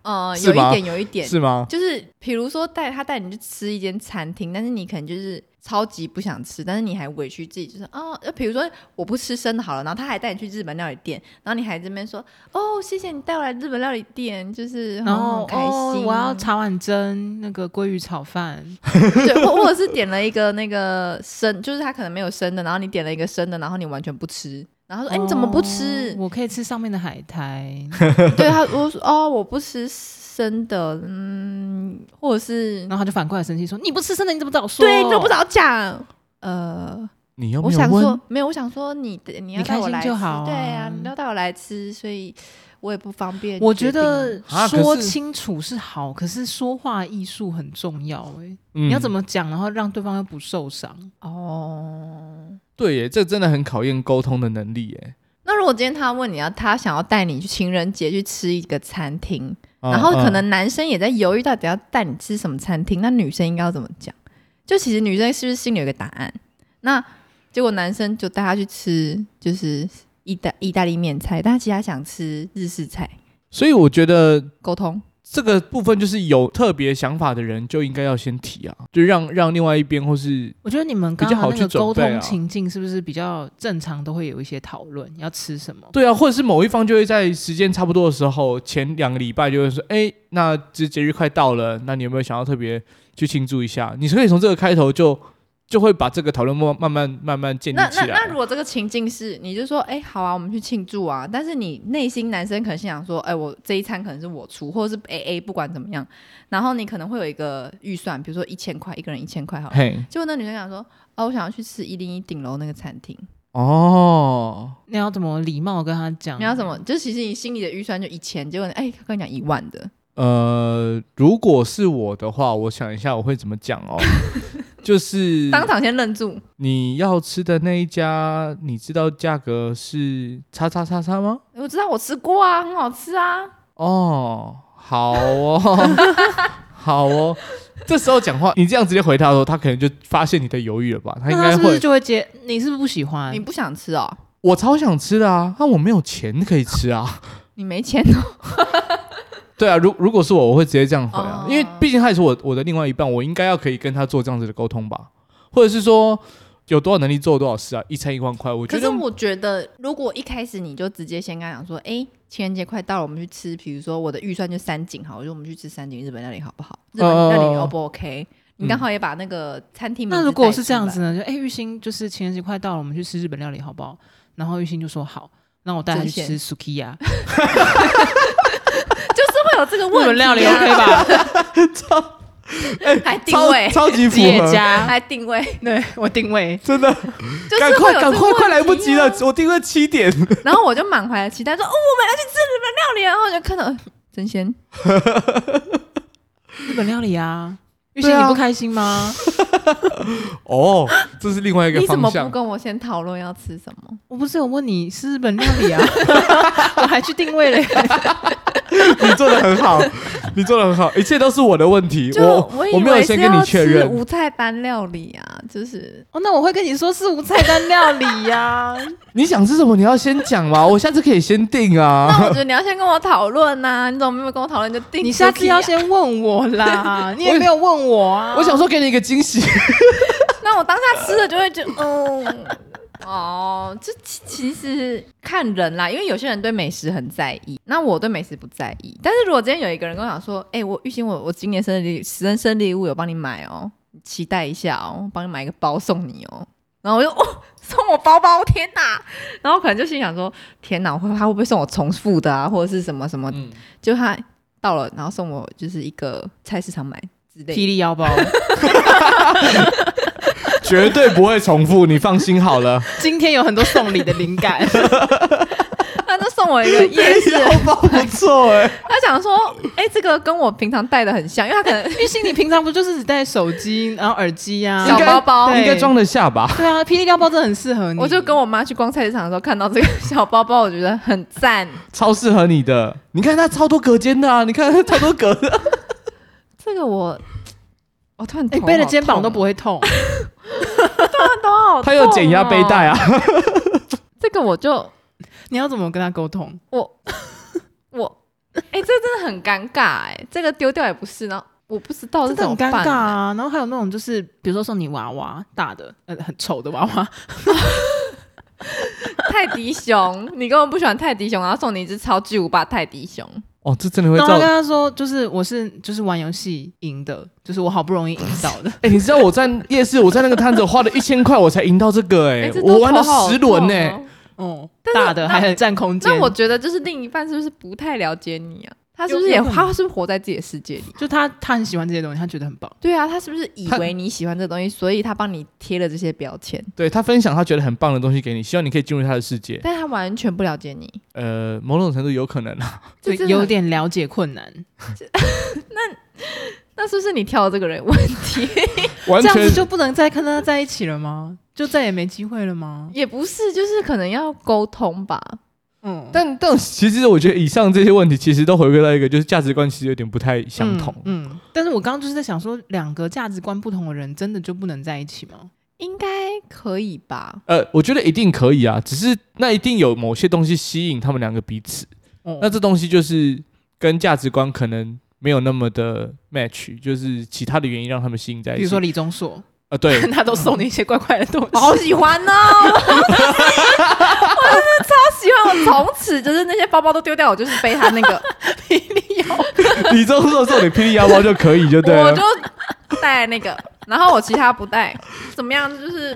B: 呃，
A: 是
B: 有一
A: 吗
B: 点，有一点，
A: 是吗？
B: 就是比如说带他带你去吃一间餐厅，但是你可能就是超级不想吃，但是你还委屈自己，就是哦，呃比如说我不吃生的好了，然后他还带你去日本料理店，然后你还这边说哦，谢谢你带我来日本料理店，就是
C: 然
B: 哦
C: 后
B: 很开心，
C: 哦我要茶碗蒸那个鲑鱼炒饭，
B: 对，或或者是点了一个那个生，就是他可能没有生的，然后你点了一个生的，然后你完全不吃。然后说：“哎、你怎么不吃？
C: 哦我可以吃上面的海苔，
B: 对他，我说哦，我不吃生的，嗯，或者是
C: 然后他就反过来生气说：“你不吃生的，你怎么早说？
B: 对，你都不早讲。呃，
A: 你又
B: 我
A: 没有
B: 想
A: 问
B: 说，没有，我想说你你要带
C: 你开
B: 我
C: 心
B: 来吃，
C: 就好啊
B: 对啊，你要带我来吃，所以我也不方便决定。
C: 我觉得
A: 啊可是
C: 说清楚是好，可是说话艺术很重要、欸。
A: 嗯
C: 你要怎么讲，然后让对方又不受伤？
B: 哦，
A: 对耶，这真的很考验沟通的能力耶。
B: 那如果今天他问你要，他想要带你去情人节去吃一个餐厅，
A: 嗯
B: 然后可
A: 嗯
B: 能男生也在犹豫到底要带你吃什么餐厅，那女生应该要怎么讲？就其实女生是不是心里有一个答案？那结果男生就带她去吃就是意大意大利面菜，但他其实他想吃日式菜，
A: 所以我觉得
B: 沟通
A: 这个部分就是有特别想法的人就应该要先提啊，就让让另外一边或是
C: 我觉得你们
A: 比
C: 刚
A: 较好
C: 刚那个
A: 去准
C: 沟
A: 备啊
C: 通情境是不是比较正常，都会有一些讨论，要吃什么？
A: 对啊，或者是某一方就会在时间差不多的时候，前两个礼拜就会说，哎、那这节日快到了，那你有没有想要特别去庆祝一下？你是可以从这个开头就就会把这个讨论慢慢慢慢慢建立
B: 那那
A: 起
B: 那
A: 来
B: 如。果这个情境是，你就说，哎、好啊，我们去庆祝啊。但是你内心男生可能心想说，哎、我这一餐可能是我出，或者是 A A，不管怎么样。然后你可能会有一个预算，比如说一千块，一个人一千块好了。
A: 嘿，
B: 结果那女生想说，哦，我想要去吃一零一顶楼那个餐厅。
A: 哦，
C: 你要怎么礼貌跟他讲？
A: 嗯
B: 你要怎么？就其实你心里的预算就一千，结果你哎，他跟你讲一万的，
A: 呃，如果是我的话，我想一下我会怎么讲 哦，就是
B: 当场先愣住。
A: 你要吃的那一家，你知道价格是叉叉叉叉吗？
B: 我知道我吃过啊，很好吃啊。
A: 哦，好哦， 好哦。这时候讲话，你这样直接回他的时候，他可能就发现你在犹豫了吧？他
C: 那
A: 应
C: 他
A: 该
C: 是不是
A: 会，
C: 就会接？你是不是不喜
A: 啊
C: 欢
B: 你？不想吃哦？
A: 我超想吃的啊，那我没有钱可以吃啊。
B: 你没钱哦？
A: 对啊，如如果是我，我会直接这样回啊，
B: 哦
A: 因为毕竟他也是我我的另外一半，我应该要可以跟他做这样子的沟通吧，或者是说有多少能力做多少事啊，一餐一万块，我觉
B: 可是
A: 得
B: 我觉得，如果一开始你就直接先跟他讲说，哎、情人节快到了，我们去吃，比如说我的预算就三井好，我说我们去吃三井日本料理好不好？日本
A: 哦
B: 料理 O 不 OK？、你刚
A: 嗯
B: 好也把那个餐厅名字
C: 那如果
B: 带
C: 是
B: 出
C: 这样
B: 来
C: 子，嗯呢？就哎，玉兴就是情人节快到了，我们去吃日本料理好不好？然后玉兴就说好，那我带他去
B: 真
C: 吃 sukiya
B: 就是会有这个问题、啊。
C: 日本料理 OK 吧？
B: 还
A: 嗯哎
B: 定
A: 超
B: 位，
A: 超级符
C: 企业
A: 合，
C: 家，
B: 还定位，
C: 对我定位。
A: 真的，
B: 就是
A: 赶
B: 会
A: 快
B: 有
A: 赶
B: 这个
A: 快
B: 问
A: 快来不
B: 题
A: 及
B: 啊
A: 了，我定了七点。
B: 然后我就满怀期待说：“哦，我们要去吃日本料理。”然后我就看到呃真鲜，
C: 日本料理 啊。玉
A: 对
C: 兴，
A: 啊
C: 你不开心吗？
A: 哦，这是另外一个
B: 你怎
A: 方
B: 么
A: 向
B: 不。跟我先讨论要吃什么？
C: 我不是有问你是日本料 理啊，我还去定位嘞。
A: 你做的很好，你做的很好，一切都是我的问题。
B: 就
A: 我
B: 以
A: 我没有
B: 为
A: 先
B: 是
A: 跟你
B: 要
A: 确
B: 吃
A: 认，
B: 无菜单料理啊，就是
C: 哦，那我会跟你说是无菜单料理呀、
A: 你想吃什么，你要先讲嘛，我下次可以先定
B: 那我
A: 啊。
B: 觉得你要先跟我讨论呐，你怎么没有跟我讨论就定？
C: 你下次要
B: 就可以
C: 先问我啦，你也没有问我 啊。
A: 我想说给你一个惊喜，
B: 啊，那我当下吃了就会觉得，嗯。哦，这其其实看人啦，因为有些人对美食很在意，那我对美食不在意。但是如果今天有一个人跟我讲说，哎、我玉兴，我我今年生日礼生生日礼物有帮你买哦，你期待一下哦，我帮你买一个包送你哦。然后我就哦， 送我包包，天哪！然后可能就心想说，天哪，我会他会不会送我重复的啊，或者是什么什么？
A: 嗯
B: 就他到了，然后送我就是一个菜市场买之类的
C: 霹雳腰包，
A: 绝对不会重复，你放心好了。
C: 今天有很多送礼的灵 感，
B: 他就送我一个夜 市，
A: 腰包不错哎、
B: 他想说，哎、这个跟我平常带的很像，因为他可 能
C: 玉兴，你平常不就是只带手机，然后耳机呀、
B: 小包包
C: 对
A: 应该装得下吧？
C: 对啊，霹雳腰包真的很适合你。
B: 我就跟我妈去逛菜市场的时候看到这个小包包，我觉得很赞。
A: 超适合你的。你看它超多隔间的啊，你看它超多隔 的。
B: 这个我，我突然
C: 哎、
B: 头
C: 背了
B: 好
C: 肩膀
B: 痛
C: 都不会痛，
B: 啊，头好痛哦
A: 它有减压背带。啊，
B: 这个我就
C: 你要怎么跟他沟通？
B: 我我，哎、这真的很尴尬哎、这个丢掉也不是，然后我不知道
C: 真的很尴
B: 这
C: 尬
B: 怎么办。
C: 啊。然后还有那种就是，比如说送你娃娃，大的，呃，很丑的娃 娃，
B: 泰迪熊，你根本不喜欢泰迪熊，然后送你一只超巨无霸泰迪熊，
A: 哦，这真的会
C: 然后
A: 造
C: 跟他说，就是我是就是玩游戏赢的，就是我好不容易赢到的。
A: 哎、你知道我在夜市，我在那个摊子花了一千块，我才赢到这个哎、
B: 哎、这
A: 我
B: 都
A: 玩了
B: 头好
A: 十轮欸
B: 痛
A: 呢、
B: 哦
C: 哦，
B: 但是
C: 大的
B: 那
C: 还很占空间。
B: 那我觉得就是另一半是不是不太了解你啊？他是不是
C: 有
B: 也
C: 有可能
B: 他是不是活在自己的世界里？
C: 就他他很喜欢这些东西，他觉得很棒。
B: 对啊，他是不是以
A: 他
B: 为你喜欢这东西，所以他帮你贴了这些标签，
A: 对他分享他觉得很棒的东西给你，希望你可以进入他的世界。
B: 但他完全不了解你，
A: 呃，某种程度有可能啊，
B: 这
C: 对
B: 真的
C: 有
B: 很。
C: 点了解困难，
B: 那是不是你挑的这个人有问 题？
A: 完
C: 这样
A: 全
C: 子就不能再跟他在一起了吗？就再也没机会了吗？
B: 也不是，就是可能要沟通吧。
C: 嗯，
A: 但但其实我觉得以上这些问题，其实都回归到一个，就是价值观其实有点不太相同。
C: 嗯。嗯但是我刚刚就是在想说，两个价值观不同的人，真的就不能在一起吗？
B: 应该可以吧？
A: 呃，我觉得一定可以啊，只是那一定有某些东西吸引他们两个彼此。
C: 哦
A: 那这东西就是跟价值观可能没有那么的 match，就是其他的原因让他们吸引在一
C: 比
A: 起。
C: 如说李钟硕，
A: 呃，对，
C: 他都送你一些怪怪的东西，
B: 我好喜欢哦！ 我真的超喜欢，我从此就是那些包包都丢掉，我就是背他那个，
A: 李钟硕送你霹雳腰包就可以，就对
B: 我
A: 了。
B: 就带那个，然后我其他不带，怎么样？就是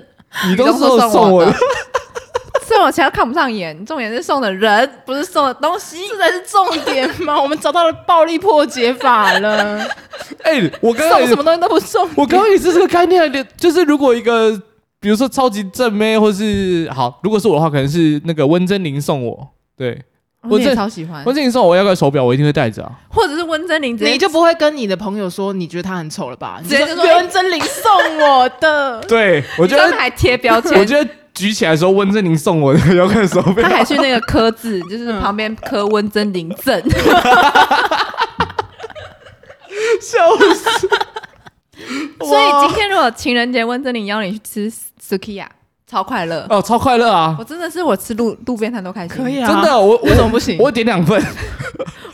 A: 你都
B: 李钟硕
A: 送
B: 送我
A: 我
B: 的，送我其他看不上眼，重点是送的人，不是送的东西。
C: 这才是重 点嘛！我们找到了暴力破解法了，
A: 哎、我刚刚
C: 送
A: 也
C: 什么东西都不送。
A: 我刚刚也是这个概念，连就是如果一个，比如说超级正妹，或是好，如果是我的话，可能是那个温真菱送我，对，我
B: 也
A: 这
B: 超喜欢，
A: 温真菱送我要块手表，我一定会戴着啊。，
B: 或者是温真菱直接
C: 你就不会跟你的朋友说你觉得他很丑了吧？
B: 直接就
C: 你
B: 说
C: 袁真玲送我的
A: 对，我觉
B: 他
A: 得，
B: 还贴标
A: 我
B: 签，
A: 觉得举起来的时候，温真菱送我的 要块手表
B: 他，还去那个刻 字，就是旁边刻温真菱正。
A: 嗯 笑死。
B: 所以今天如果情人节温真菱邀你去吃 Sukiya，超快乐。
A: 哦，超快乐啊
B: 我！真的是我吃路路边摊都开心，
C: 可以啊
A: 真的，我
C: 为什么
A: 我
C: 不
B: 嗯
C: 行？
A: 我点两份，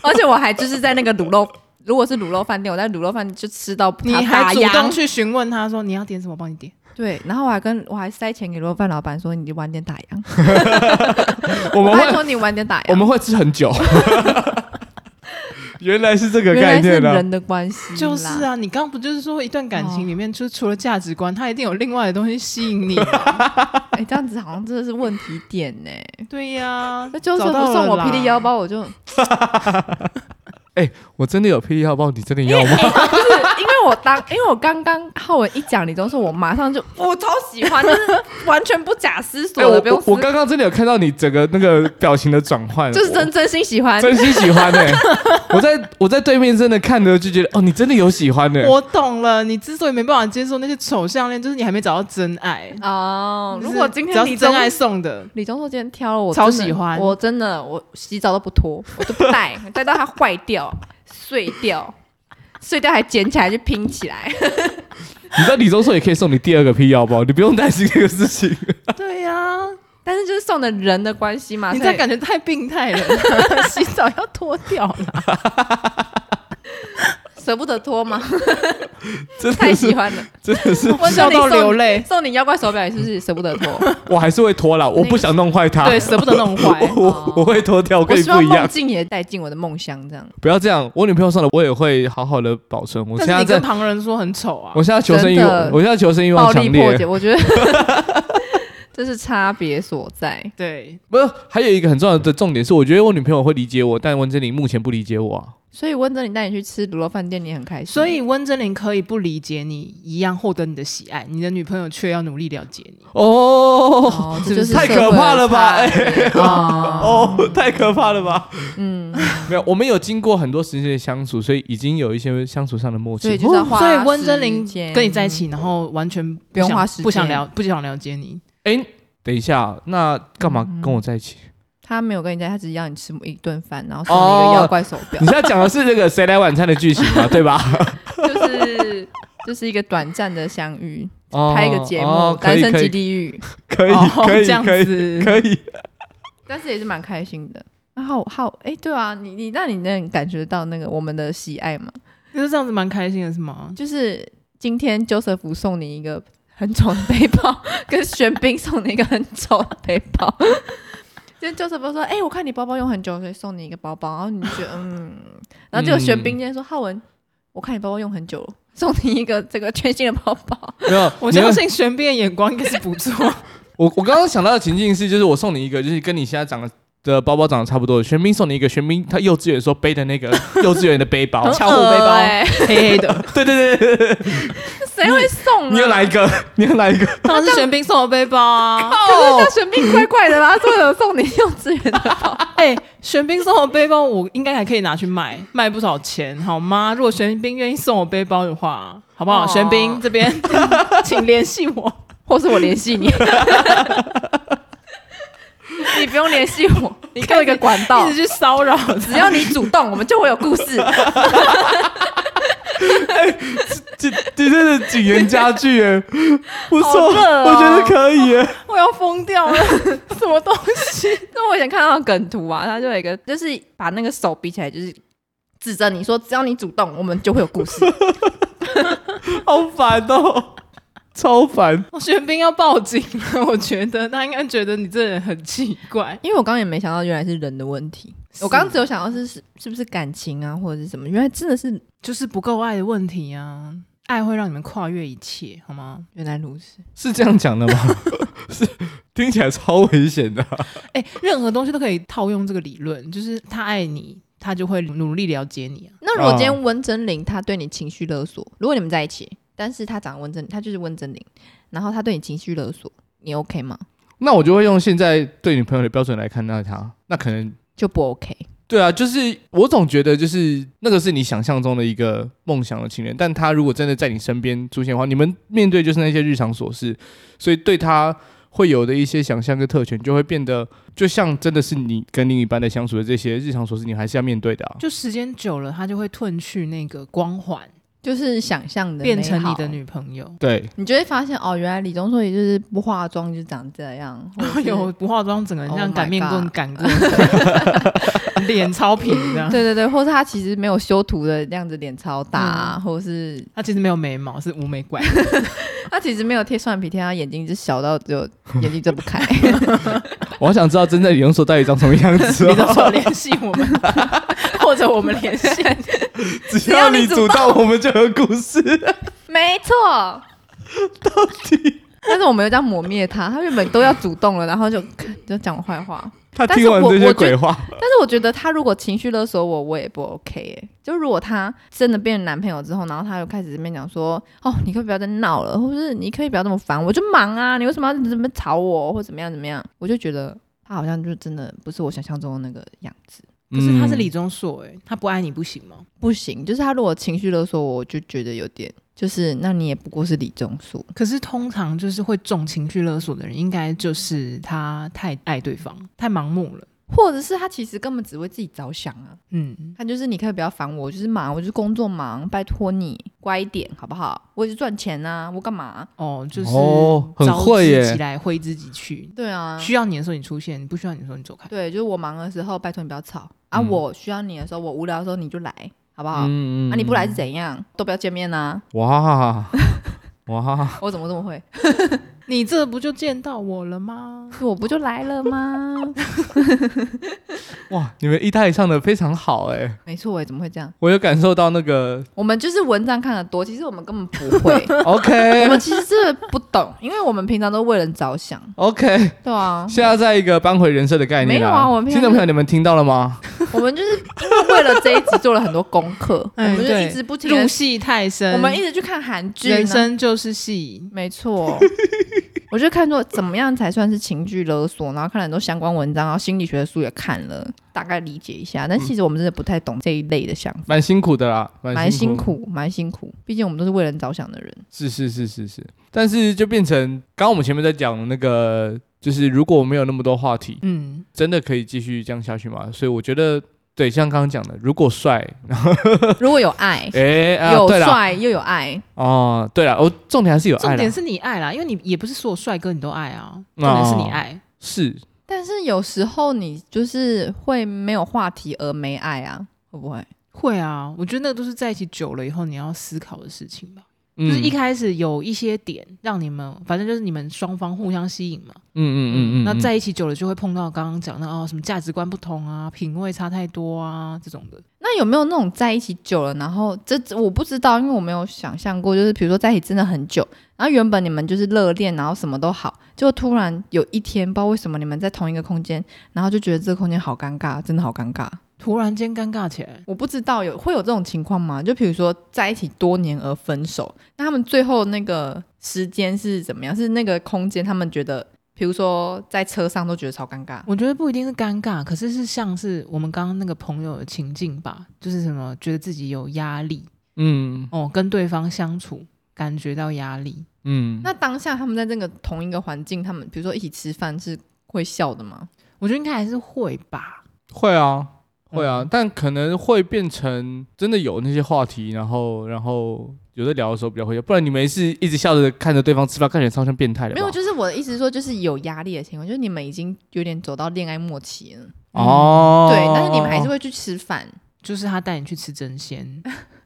B: 而且我还就是在那个卤肉，如果是卤肉饭店，我在卤肉饭就吃到
C: 你
B: 他发
C: 还主
B: 痒
C: 动去询问他说你要点什么，我帮你点。
B: 对，然后我还跟我还塞钱给卤肉饭老板说，你晚点打烊，
A: 我们
B: 拜
A: 会
B: 托你啊晚点打烊。
A: 我们会吃很 久。原来是这个
B: 原
A: 概
B: 来是
A: 念啊！
B: 人的关系嗯啦，哦
C: 就是啊，你刚刚不就是说一段感情里面，就是除了价值观，他一定有另外的东西吸 引你？
B: 哎、这样子好像真的是问题点呢、
C: 对呀、
B: 那就是
C: 找
B: 不
C: 到了
B: 送我
C: 啦
B: 霹雳腰，包，我就 因
A: 我真的有霹雳腰包，你真的要吗？
B: 为我当哎因为我刚刚浩文一讲李宗硕，我马上就我超喜欢，就是完全不假思索
A: 哎
B: 的，
A: 我
B: 不用
A: 我
B: 思
A: 我刚刚真的有看到你整个那个表情的转换，
B: 就是
A: 我
B: 真真心喜欢，
A: 真心喜欢 呢、我在我在对面真的看着就觉得，哦，你真的有喜欢呢、
C: 我懂了。你之所以没办法接受那些丑项链，就是你还没找到真爱。
B: 哦，如果今
C: 只要
B: 天
C: 是
B: 李
C: 真
B: 宗
C: 爱 送的，
B: 李宗硕今天挑了我，
C: 超
B: 真的
C: 喜欢
B: 我真的我洗澡都不脱，我都不 带，带到它坏掉、碎掉、碎掉还捡起来去拼起来。
A: 你知道李钟硕也可以送你第二个屁腰包，你不用担心这个事情。
C: 对呀、
B: 但是就是送的人的关系嘛，
C: 你
B: 所
C: 这
B: 以
C: 感觉太病 态了，洗澡要脱掉了。
B: 舍不得脱嘛，
A: 真
B: 太
A: 的
B: 喜
A: 是，
B: 欢 了，
A: 真的是，
B: 我
C: 笑到流泪
B: 送你妖怪手表也是不是舍不得 脱？
A: 我还是会脱啦，我不想弄坏它。
C: 对，舍不得弄坏。
A: 我我我会脱掉，我
B: 哦我
A: 跟你
B: 希
A: 不
B: 望
A: 一
B: 梦
A: 样。
B: 境也带进我的梦乡，这样
A: 不要这样，我女朋友送的我也会好好的保存。我
C: 但
A: 现在
C: 是你跟
A: 在，
C: 旁人说很丑啊
A: 我，现在求生欲
B: 真的
A: 望，我现在求生欲
B: 暴
A: 望强
B: 力破
A: 烈
B: 解，。我觉得 这是差别所在。
C: 对，
A: 不是，还有一个很重要的重点是，我觉得我女朋友会理解我，但温真菱目前不理解我啊。
B: 所以温哲，你带你去吃卤肉饭店，你很开心。
C: 所以温真菱可以不理解你，一样获得你的喜爱，你的女朋友却要努力了解你。
A: 哦，
B: 哦，
C: 是
B: 这
C: 不
B: 就是是
A: 太可怕了吧哎
B: 社会的差别？哦，
A: 哦，太可怕了吧！
B: 嗯，
A: 没有，我们有经过很多时间的相处，所以已经有一些相处上的默
B: 所以
A: 契。
B: 就是要花
C: 哦所以温真菱
B: 时间
C: 跟你在一，起，然后完全
B: 不用
C: 想
B: 花时间
C: 不想了，不想了解你。
A: 哎、等一下，那干嘛
B: 嗯
A: 跟我在一起？
B: 他没有跟你在一起，他只是要你吃一顿饭，然后送
A: 哦
B: 你一个妖怪手表
A: 你，现在讲的是这个谁来晚餐的剧情嘛，对吧？
B: 就是 就是一个短暂的相遇，
A: 哦
B: 拍一个节目
A: 哦
B: 《
A: 可
B: 单
A: 以
B: 身
A: 可
B: 即
A: 以
B: 地狱》，
A: 可以
C: 哦
A: 可以
C: 这样
A: 可以
C: 子
A: 可以。
B: 但是也是蛮开心的。然后好，哎，对啊，你你那你能感觉到那个我们的喜爱吗？
C: 就是这样子，蛮开心的是吗？
B: 就是今天 Joseph 送你一个很丑的背包，跟玄彬送你一个很丑的背包。 就 Joseph 说：“哎、我看你包包用很久，所以送你一个包包。”然后你就觉得嗯，然后结果玄彬今天说：“浩文，我看你包包用很久了，送你一个这个全新的包包。
A: 没有，
C: 我
A: 你
C: 相
A: 们
C: 信玄彬的眼光应该是不错。
A: 我我刚刚想到的情境是，就是我送你一个，就是跟你现在长得的包包长得差不多的，玄彬送你一个，玄彬他幼稚园的时候背的那 个幼稚园的背包，
C: 巧虎背包
B: 哎，
C: 黑黑的，
A: 对对对对对，
B: 谁会送、啊？
A: 你要来一个，你要来一个，
C: 当然是玄彬送的背包啊。
B: 可是那玄彬怪怪的啦，说有送你幼稚园的包，
C: 哎、玄彬送我背包，我应该还可以拿去卖，卖不少钱，好吗？如果玄彬愿意送我背包的话，好不好？
B: 哦
C: 玄彬这 边，请联系我。
B: 或是我联系你， 你不用联系我，你给我一个管道
C: 一，直去骚扰，
B: 只要你主动，我们就会有故事。
A: 这这真是景言佳句耶，不错，
B: 好热哦
A: 我觉得可以耶。
C: 我要疯掉 了，什么东西？
B: 那我以前看到的梗图啊，它就有一个，就是把那个手比起来，就是指着你说，只要你主动，我们就会有故 事。
A: 好烦哦，超烦。
C: 我哦玄彬要报警了，我觉得他应该觉得你这人很奇怪。
B: 因为我刚刚也没想到原来是人的问题，我刚刚只有想到是是是不是感情啊或者是什么，原来真的是
C: 就是不够爱的问题啊，爱会让你们跨越一切，好吗？
B: 原来如此。
A: 是这样讲的吗？ 是听起来超危险的啊、
C: 哎、任何东西都可以套用这个理论，就是他爱你，他就会努力了解你啊。
B: 那如果今
A: 哦
B: 天温真菱她对你情绪勒索，如果你们在一起，但是她长得温真，她就是温真菱，然后她对你情绪勒索，你 OK 吗？
A: 那我就会用现在对女朋友的标准来看待她，那可能
B: 就不 OK。
A: 对啊，就是我总觉得就是那个是你想象中的一个梦想的情人，但他如果真的在你身边出现的话，你们面对就是那些日常琐事，所以对他会有的一些想象跟特权，就会变得就像真的是你跟另一半的相处的这些日常琐事，你还是要面对的啊。
C: 就时间久了，他就会褪去那个光环，
B: 就是想象的
C: 变成
B: 美好欸哦
C: 你的，女朋友。
A: 对，
B: 你就会发现哦，原来李钟硕也就是不化妆就长这样，或者
C: 哎
B: 是
C: 呦，不化妆，整个人
B: Oh
C: 像
B: my
C: 擀面棍
B: God
C: 擀过来，脸超平这样。
B: 对对对，或是他其实没有修图的样子，脸超大、啊，或者是
C: 他其实没有眉毛，是无眉 怪。
B: 他其实没有贴双眼皮贴，他眼睛是小到只有眼睛睁不开。
A: 我好想知道真正李永所到底长什么样子
C: 你到时
A: 哦。
C: 候联系我们，或者我们联系。
A: 只
B: 要
A: 要
B: 你
A: 你
B: 主
A: 主动，我们就有故 事。
B: 没错，到底。但是我没有这样磨灭他，他原本都要主动了，然后就就讲我坏话。
A: 他
B: 但是
A: 听完
B: 我
A: 这
B: 我
A: 些
B: 觉得
A: 鬼话，
B: 但是我觉得他如果情绪勒索我，我也不 OK 哎、就如果他真的变成男朋友之后，然后他又开始这边讲说，哦，你可不可以不要再闹了，或者是你可以不要这么烦，我就忙啊，你为什么要怎么吵我，或怎么样怎么样？我就觉得他好像就真的不是我想象中的那个样子。
C: 可是他是
A: 嗯
C: 李钟硕，哎，他不爱你不行吗？
B: 不行，就是他如果情绪勒索我，我就觉得有点，就是那你也不过是李钟硕，
C: 可是通常就是会中情绪勒索的人，应该就是他太爱对方，太盲目了。
B: 或者是他其实根本只为自己着想啊。
C: 嗯，
B: 他就是你可以不要烦我，我就是忙，我就是工作忙，拜托你乖一点好不好？我也是赚钱啊，我干嘛？
C: 哦，就是
A: 哦很会耶
C: 招之即来挥之即去。
B: 对啊，
C: 需要你的时候你出现，你不需要你的时候你走开。
B: 对，就是我忙的时候，拜托你不要吵啊！
A: 嗯
B: 我需要你的时候，我无聊的时候你就来，好不好？
A: 嗯
B: 啊，你不来是怎样？都不要见面啊！
A: 哇哇，
B: 我怎么这么会？
C: 你这不就见到我了吗？
B: 我不就来了吗？
A: 哇，你们一代唱的非常好哎、
B: 没错，我怎么会这样？
A: 我有感受到那个
B: 我们就是文章看的多，其实我们根本不会，我
A: OK
B: 们其实是不懂，因为我们平常都为人着想，
A: OK，
B: 对啊，
A: 现在在一个搬回人设的概念
B: 没有啊我们平常
A: 听众朋友你们听到了吗？
B: 我们就是因为为了这一集做了很多功课，我
C: 嗯
B: 们就
C: 对
B: 一直不停
C: 入
B: 的，
C: 戏太深，
B: 我们一直去看韩剧，
C: 人生就是戏。
B: 没错， 我就看说怎么样才算是情绪勒索，然后看了很多相关文章，然后心理学的书也看了，大概理解一下。
A: 嗯
B: 但其实我们真的不太懂这一类的想法，
A: 蛮辛苦的啦，
B: 蛮
A: 蛮
B: 辛
A: 辛苦，
B: 苦，蛮辛苦。毕竟我们都是为人着想的人。
A: 是是是是是，但是就变成刚刚我们前面在讲的那个，就是如果没有那么多话题，
C: 嗯，
A: 真的可以继续这样下去吗？所以我觉得。对，像刚刚讲的，如果帅，
B: 如果有爱，
A: 哎、啊，
B: 有
A: 对啦，
B: 帅又有爱，
A: 哦，对了，我、重点还是有爱
C: 重
A: 啦
C: 点，是你爱啦，因为你也不是所有帅哥你都爱啊，重点是你爱。
A: 是
B: 但是有时候你就是会没有话题而没爱啊，会不会？
C: 会啊，我觉得那个都是在一起久了以后你要思考的事情吧。
A: 嗯
C: 就是一开始有一些点让你们，反正就是你们双方互相吸引嘛。
A: 嗯嗯嗯嗯，
C: 那
A: 嗯
C: 在一起久了就会碰到刚刚讲的哦，什么价值观不同啊，品味差太多啊这种的。
B: 那有没有那种在一起久了，然后这这我不知道，因为我没有想象过，就是比如说在一起真的很久，然后原本你们就是热恋，然后什么都好，就突然有一天，不知道为什么你们在同一个空间，然后就觉得这个空间好尴尬，真的好尴尬。
C: 突然间尴尬起来，
B: 我不知道有会有这种情况吗？就比如说在一起多年而分手，那他们最后那个时间是怎么样？是那个空间，他们觉得，比如说在车上都觉得超尴尬，
C: 我觉得不一定是尴尬，可是是像是我们刚刚那个朋友的情境吧，就是什么觉得自己有压力
A: 嗯
C: 哦，跟对方相处感觉到压力，
A: 嗯，
B: 那当下他们在这个同一个环境，他们比如说一起吃饭是会笑的吗？
C: 我觉得应该还是会吧。嗯
A: 会啊，会啊，但可能会变成真的有那些话题，然后然后有的聊的时候比较会，不然你没事一直笑着看着对方吃饭，看起来超像变态的吧。
B: 没有，就是我的意思是说，就是有压力的情况，就是你们已经有点走到恋爱末期了，
A: 哦，
B: 对，但是你们还是会去吃饭，
C: 就是他带你去吃真鲜，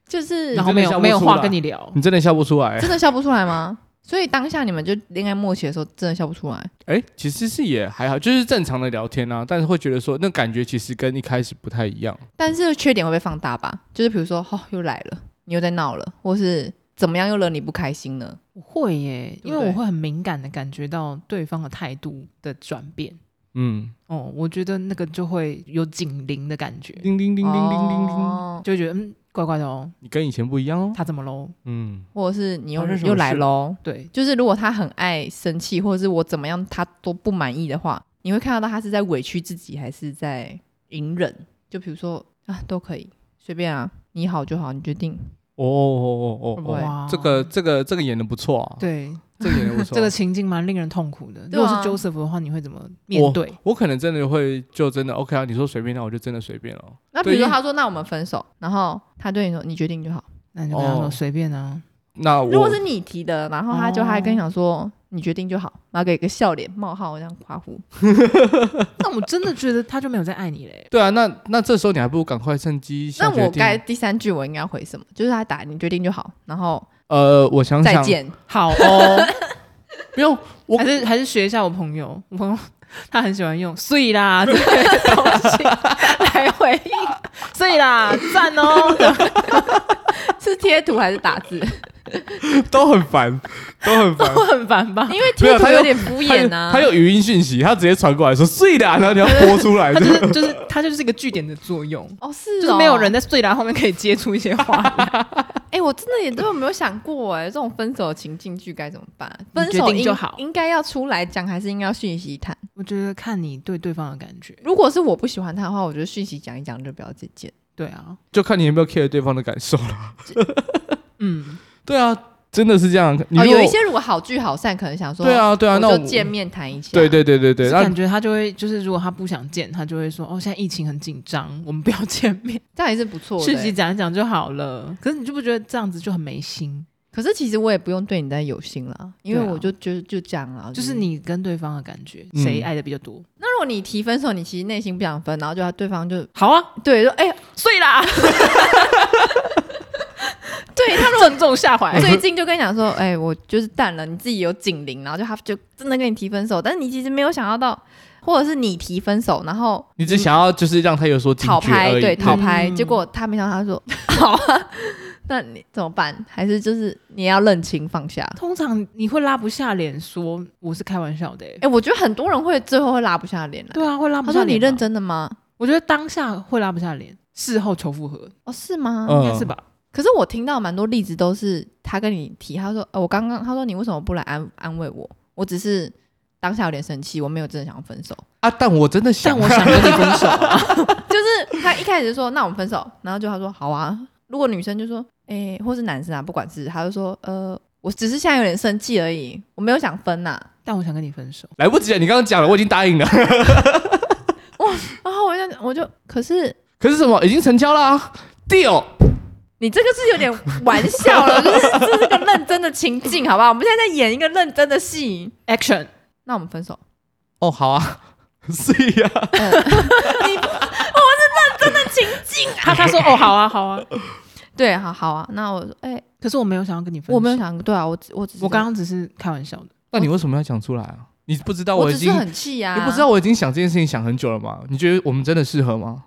B: 就是
C: 然后没
A: 你真的笑
C: 有
A: 不
C: 没有
A: 出
C: 话
A: 来
C: 跟你聊，
A: 你真的笑不出来、
B: 真的笑不出来吗？所以当下你们就恋爱默契的时候，真的笑不出来。
A: 哎、其实是也还好，就是正常的聊天啊，但是会觉得说那感觉其实跟一开始不太一样。
B: 但是缺点会被放大吧？就是比如说，哦，又来了，你又在闹了，或是怎么样又惹你不开心了？
C: 我会耶，
B: 对
C: 因
B: 不
C: 为我
B: 对
C: 会很敏感的感觉到对方的态度的转变。
A: 嗯，
C: 哦，我觉得那个就会有警铃的感觉，
A: 叮叮叮叮叮叮叮，
B: 哦，
C: 就会觉得嗯，怪怪的哦，
A: 你跟以前不一样哦。
C: 他怎么喽？
A: 嗯，
B: 或者是你又、
A: 发生什么
B: 又来
A: 事
B: 喽。
C: 对，
B: 就是如果他很爱生气，或者是我怎么样他都不满意的话，你会看得到他是在委屈自己，还是在隐忍？就比如说啊，都可以随便啊，你好就好，你决定。
A: 哦哦哦哦
B: 会不会
A: 哦，
C: 哇，
A: 这个这个这个演的不错啊，，
C: 对
A: 这个演的不错。啊
C: 这个情境蛮令人痛苦的。
B: 对
C: 如果是
B: 啊
C: Joseph 的话，你会怎么面对？
A: 我可能真的会就真的 OK 啊，你说随便，那我就真的随便了。
B: 那比如
A: 对因
B: 说
A: 为
B: 他说那我们分手，然后他对你说你决定就好。
C: 那你就跟他
A: 哦
C: 说随便啊，
A: 那
B: 如果
A: 我
B: 是你提的，然后他就
C: 哦
B: 还跟你讲说你决定就好，然后给一个笑脸冒号这样夸呼，
C: 那我真的觉得他就没有在爱你嘞。
A: 对啊，那那这时候你还不如赶快趁机
B: 那
A: 下决
B: 我该
A: 定。
B: 第三句我应该回什么？就是他打你决定就好，然后
A: 呃，我想
B: 再
A: 想，
B: 见。
C: 好 哦，
A: 不用我
C: 还是还是学一下我朋友，我朋友 他很喜欢用“碎啦” 这个东 西来回应“碎啦”，赞哦。
B: 是贴图还是打字？
A: 都很烦，都很烦。
C: 我很烦吧？
B: 因为
A: 没
B: 贴
A: 有
B: 图
A: 他
B: 有
A: 又
B: 点 敷
A: 他有
B: 衍啊。
A: 他有语音讯息，他直接传过来说碎的啊，然后你要播出 来，
C: 它
A: 这
C: 就
A: 样
C: 是就是它就是一个据点的作用，
B: 哦，是哦
C: 就是没有人在碎啦后面可以接出一些话来。
B: 哎、我真的也都没有想过哎、这种分手的情境剧该怎么办？
C: 你
B: 分
C: 决
B: 手
C: 定
B: 应
C: 就好
B: 应该要出来讲，还是应该要讯息谈？
C: 我觉得看你对对方的感觉，
B: 如果是我不喜欢他的话，我觉得讯息讲一讲就不要再见。
C: 对啊，
A: 就看你有没有 care 对方的感受了。
C: 嗯，
A: 对啊，真的是这样。你
B: 哦，
A: 如果
B: 有一些如果好聚好散，可能想说，
A: 对，啊对啊，那
B: 我
A: 我
B: 就见面谈一下。
A: 对，对对对对，啊
C: 是
A: 那
C: 感觉他就会就是如果他不想见，他就会说哦，现在疫情很紧张，我们不要见面，
B: 这样也是不错的、欸
C: 讯息讲一讲就好了。可是你就不觉得这样子就很没心？
B: 可是其实我也不用对你再有心了，因为
C: 对啊
B: 我就觉得就这样了。
C: 就是。你跟对方的感觉，
A: 嗯
C: 谁爱的比较多？
B: 那如果你提分手，你其实内心不想分，然后就对方就
C: 好啊，
B: 对说，哎、
C: 碎 啦，
B: 对他如果
C: 正中下怀。
B: 最近就跟你讲说，哎、我就是淡了，你自己有警铃，然后就他就真的跟你提分手，但是你其实没有想要到，或者是你提分手，然后
A: 你只想要就是让他有所警
B: 讨
A: 觉而
B: 拍，
A: 已。
B: 对讨拍，
C: 嗯
B: 结果他没想到他说好啊，那你怎么办？还是就是你要认清放下。
C: 通常你会拉不下脸说我是开玩笑的、欸
B: 哎、我觉得很多人会最后会拉不下脸来。
C: 对啊，会拉不
B: 他
C: 下
B: 说
C: 脸
B: 你
C: 吧。
B: 认真的吗？
C: 我觉得当下会拉不下脸，事后求复合，
B: 哦，是吗？
A: 嗯
C: 应该是吧？
B: 可是我听到蛮多例子都是他跟你提，他说，呃、我刚刚他说你为什么不来安安慰我？我只是当下有点生气，我没有真的想要分手。
A: 啊，但我真的想
C: 但，我 想跟你分手、
B: 就是他一开始就说那我们分手，然后就他说好啊。如果女生就说哎、或是男生啊，不管是他就说呃，我只是现在有点生气而已，我没有想分啊呐、
C: 但我想跟你分手。
A: 来不及了。你刚刚讲了，我已经答应了。
B: 然后我就我就可是
A: 可是什么，已经成交啦、deal。
B: 你这个是有点玩笑了，就是这是个认真的情境，好不好？我们现在在演一个认真的戏，
C: Action，
B: 那我们分手。
A: 哦，好啊， 是呀、
B: 情境
C: 他他说哦好啊好啊，
B: 对，好好啊。那我说哎、
C: 可是我没有想要跟你分手，
B: 我没有，想对啊，我只我只是
C: 我刚刚只是开玩笑的。
A: 那你为什么要讲出来啊？你不知道
B: 我
A: 已
B: 只是
A: 经，
B: 很气啊，
A: 你不知道我已经想这件事情想很久了吗？你觉得我们真的适合吗？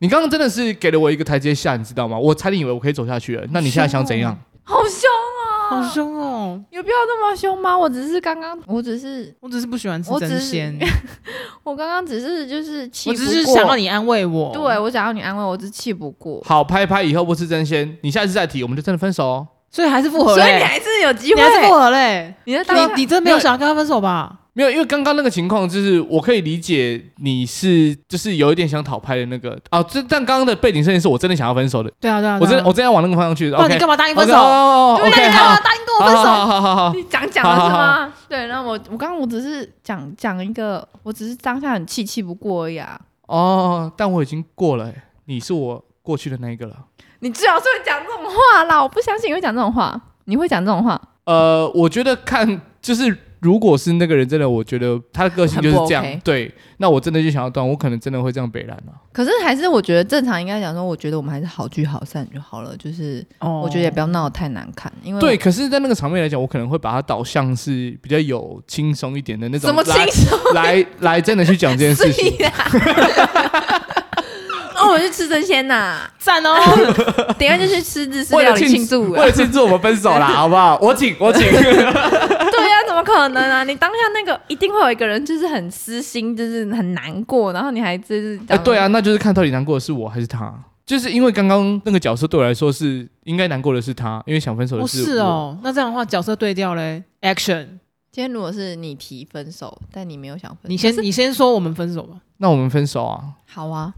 A: 你刚刚真的是给了我一个台阶下，你知道吗？我差点以为我可以走下去了。那你现在想怎样？
B: 好凶啊，
C: 好凶哦！
B: 有必要这么凶吗？我只是刚刚我只是
C: 我只是不喜欢吃
B: 我只
C: 真
B: 是
C: 鲜，
B: 我刚刚只是就是气
C: 我
B: 不过，
C: 只是想要你哦安慰我。
B: 对，我想要你安慰我，我只是气不过，
A: 好，拍拍以后不吃真鲜，你下次再提，我们就真的分手哦。
C: 所以还是复合
B: 所以你
C: 嘞，
B: 还是有机
C: 哎你
B: 会
C: 还，是复合嘞。
B: 你在当
C: 你你真没有想要跟他分手吧？
A: 没有，因为刚刚那个情况就是我可以理解你是就是有一点想讨拍的那个啊，这但刚刚的背景设定是我真的想要分手的，
C: 对啊对啊，
A: 我真
C: 对
A: 的
C: 啊
A: 我真的要往那个方向去。
C: 不然
A: OK，
C: 你干嘛答应分
A: OK，哦哦
C: 手？
A: 哦
C: 对不对？
A: ，OK，
C: 你干嘛
A: 好，
C: 答应跟我分
A: 好好
C: 手？
A: 好好好，
B: 你讲讲
A: 好
B: 了
A: 好
B: 是
A: 好
B: 吗？对，然后我我刚刚我只是讲讲一个，我只是当下很气，气不过而已啊。
A: 哦，但我已经过了、欸，你是我过去的那一个了。
B: 你最好是会讲这种话啦，我不相信你会讲这种话，你会讲这种话。
A: 呃，我觉得看就是如果是那个人真的，我觉得他的个性就是这样，
B: 很不 OK 嗯
A: 对，那我真的就想要断，我可能真的会这样北兰啊。
B: 可是还是我觉得正常应该讲说，我觉得我们还是好聚好散就好了，就是
C: 哦
B: 我觉得也不要闹得太难看，因为
A: 对，可是，在那个场面来讲，我可能会把它导向是比较有轻松一点的那种，
B: 怎么轻
A: 来
B: 松
A: 来来真的去讲这件事 情。
B: 呀？那哦我们去吃真鲜呐，
C: 赞哦，
B: 等一下就去吃日式
A: 为
B: 料
A: 了
B: 理庆祝。
A: 为了庆祝我们分手啦，好不好？我请，我 请。
B: 对呀、怎么可能啊？ 你当下那个一定会有一个人就是很私心，就是很难过，然后你还就是
A: 哎，
B: 讲
A: 对啊，，那就是看到底难过的是我还是他。就是因为刚刚那个角色对我来说是应该难过的是他，因为想分手
C: 不
A: 的是
C: 是
A: 我。
C: 哦，那这样的话角色对调嘞，action，
B: 今天如果是你提分手，但你没有想分手，
C: 你先你先说我们分手吧，
A: 那我们分手啊？
B: 好啊，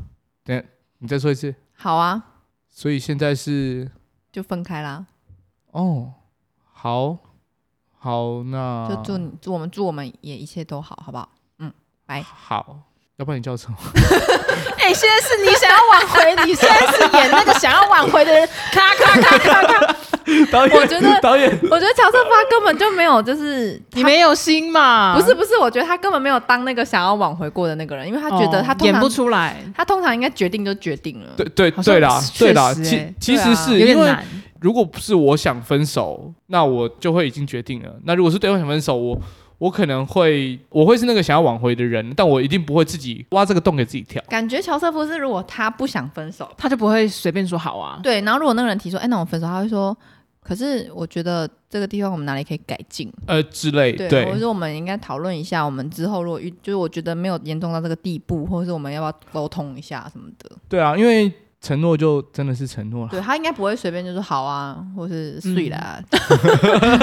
A: 你再说一次。
B: 好啊，
A: 所以现在是
B: 就分开啦，
A: 哦，好，好，那
B: 就祝你祝我们祝我们也一切都好，好不好？拜
A: 好，要不然你叫什么？
C: 哎、现在是你想要挽回， 你现在是演那个想要挽回的人，咔咔 咔咔咔，
A: 导演，
B: 我觉得
A: 导演，
B: 我觉得乔瑟夫根本就没有，就是
C: 你没啊有心嘛？
B: 不是不是，我觉得他根本没有当那个想要挽回过的那个人，因为他觉得
C: 哦
B: 他通
C: 演
B: 常、
C: 不出来，
B: 他通常应该决定就决定了。
A: 对对
C: 好像
A: 对啦，
C: 确
A: 对啦，
C: 实欸
A: 其其
B: 对
A: 实
B: 啊
A: 是
C: 有点
A: 因为
C: 难。
A: 如果不是我想分手，那我就会已经决定了。那如果是对方想分手，我我可能会我会是那个想要挽回的人，但我一定不会自己挖这个洞给自己跳。
B: 感觉乔瑟夫是如果他不想分手，
C: 他就不会随便说好啊。
B: 对，然后如果那个人提出，哎、那我们分手，他会说，可是我觉得这个地方我们哪里可以改进？
A: 呃之类，
B: 对，啊
A: 对
B: 或者说我们应该讨论一下，我们之后如果遇，就是我觉得没有严重到这个地步，或者是我们要不要沟通一下什么的。
A: 对啊，因为承诺就真的是承诺了。
B: 对他应该不会随便就说好啊，或是睡啦，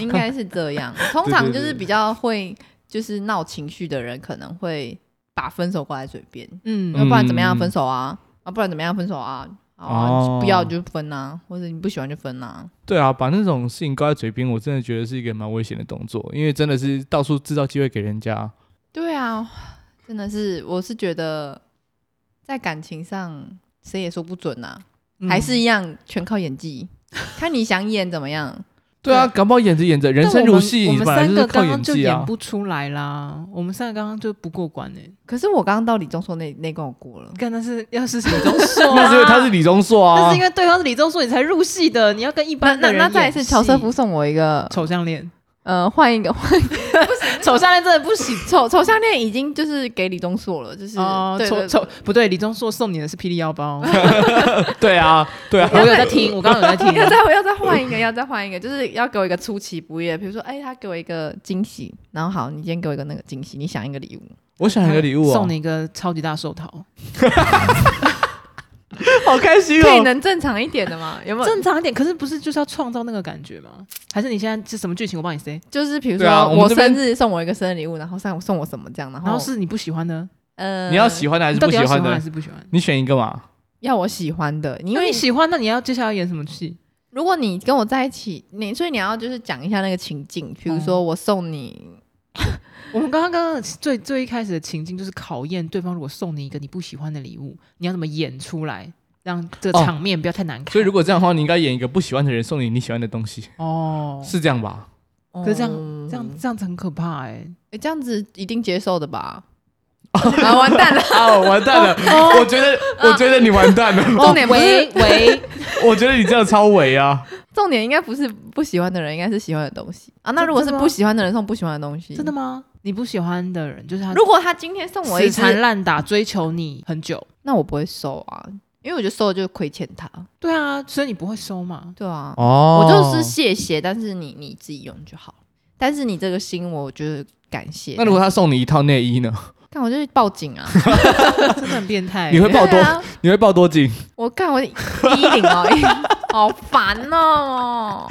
B: 应该是 这样。通常就是比较会就是闹情绪的人，可能会把分手挂在嘴边，
C: 嗯
B: 要不然怎么样
A: 嗯
B: 分手啊？啊，不然怎么样分手啊？好啊，
A: 哦
B: 不要就分啊，或者你不喜欢就分啊。
A: 对啊，把那种事情挂在嘴边，我真的觉得是一个蛮危险的动作，因为真的是到处制造机会给人家。
B: 对啊，真的是，我是觉得在感情上谁也说不准呐、嗯还
C: 嗯
B: 是一样全靠演技，看你想演怎么样。
A: 对啊，
B: 对
A: 搞不好演着演着，人生如戏，
C: 我
A: 你
C: 们
A: 本来
C: 三
A: 就是
C: 个
A: 靠
C: 刚刚
A: 演
C: 就
A: 技啊
C: 演。不出来啦，我们三个刚刚就不过关哎、欸。
B: 可是我刚刚到李钟硕那那关我过了，
C: 看，但是要是李钟 硕、啊，
A: 那是因为他是李钟硕
C: 那
A: 啊
C: 是因，为对方是李钟硕，你才入戏的。你要跟一
B: 那
C: 般
B: 那
C: 的人
B: 那再一次，
C: 演戏
B: 乔瑟夫送我一个，
C: 丑项链，
B: 呃，换一个换
C: 丑项链真的不行
B: 丑丑项链已经就是给李钟硕了，就是、
C: 哦。
B: 对
C: 丑
B: 对
C: 丑不对，李钟硕送你的是霹雳腰包，
A: 对啊，对啊
C: 我，有在听，我刚刚有在听
B: 对。要再 要再换一个，要再换一个，就是要给我一个出其不意的，比如说，哎、他给我一个惊喜，然后好，你今天给我一个那个惊喜，你想一个礼物，
A: 我想一个礼物哦
C: 送，你一个超级大寿桃，
A: 好开心哦
B: 可以！能正常一点的吗？有没有？
C: 哎正常一点。可是不是就是要创造那个感觉吗？还是你现在是什么剧情？我帮你塞，
B: 就是比如说、
A: 对啊我们
B: 我
A: 这边
B: 生日送我一个生日礼物，然后送送我什么这样，然后
C: 然后是你不喜欢的，
B: 呃，
A: 你要喜欢的还
C: 你
A: 是
C: 到
A: 不
C: 底
A: 喜
C: 要喜
A: 欢
C: 欢还
A: 的？
C: 是不喜欢？
A: 你选一个嘛。
B: 要我喜欢的，因
C: 因为
B: 为
C: 你喜欢，那你要接下来演什么戏？
B: 如果你跟我在一起，你所以你要就是讲一下那个情境，比如
C: 嗯
B: 说我送你，
C: 我们刚刚刚刚最最一开始的情境就是考验对方，如果送你一个你不喜欢的礼物，你要怎么演出来，让这个
A: 哦
C: 场面不要太难看。
A: 所以如果这样的话，你应该演一个不喜欢的人送你你喜欢的东西，
C: 哦，
A: 是这样吧？
C: 可是这样、
B: 嗯
C: 这样这样子很可怕哎、
B: 诶这样子一定接受的 吧？啊，完蛋了！
A: 啊，完蛋了！
C: 哦
A: 我觉得，我觉得你完蛋了。
B: 重点不
C: 喂
B: 是
C: 喂，
A: 我觉得你这样超伪啊！
B: 重点应该不是不喜欢的人，应该是喜欢的东西啊。那
C: 真
B: 如果
C: 真
B: 是
C: 的吗
B: 不喜欢的人送不喜欢的东西，
C: 真的吗？你不喜欢的人就是他，
B: 如果他今天送我一
C: 死缠
B: 只，
C: 烂打追求你很久，
B: 那我不会收啊，因为我觉得收了就是亏欠他。
C: 对啊，所以你不会 收嘛？
B: 对啊，
A: 哦
B: 我就是谢谢，但是你你自己用就好。但是你这个心，我就是感谢。
A: 那如果他送你一套内衣呢？
B: 看我就去报警 啊！
C: 真的很变态、欸
A: 你会报多
B: 对？啊？
A: 你会报多紧？
B: 我看我一零哦，好烦哦。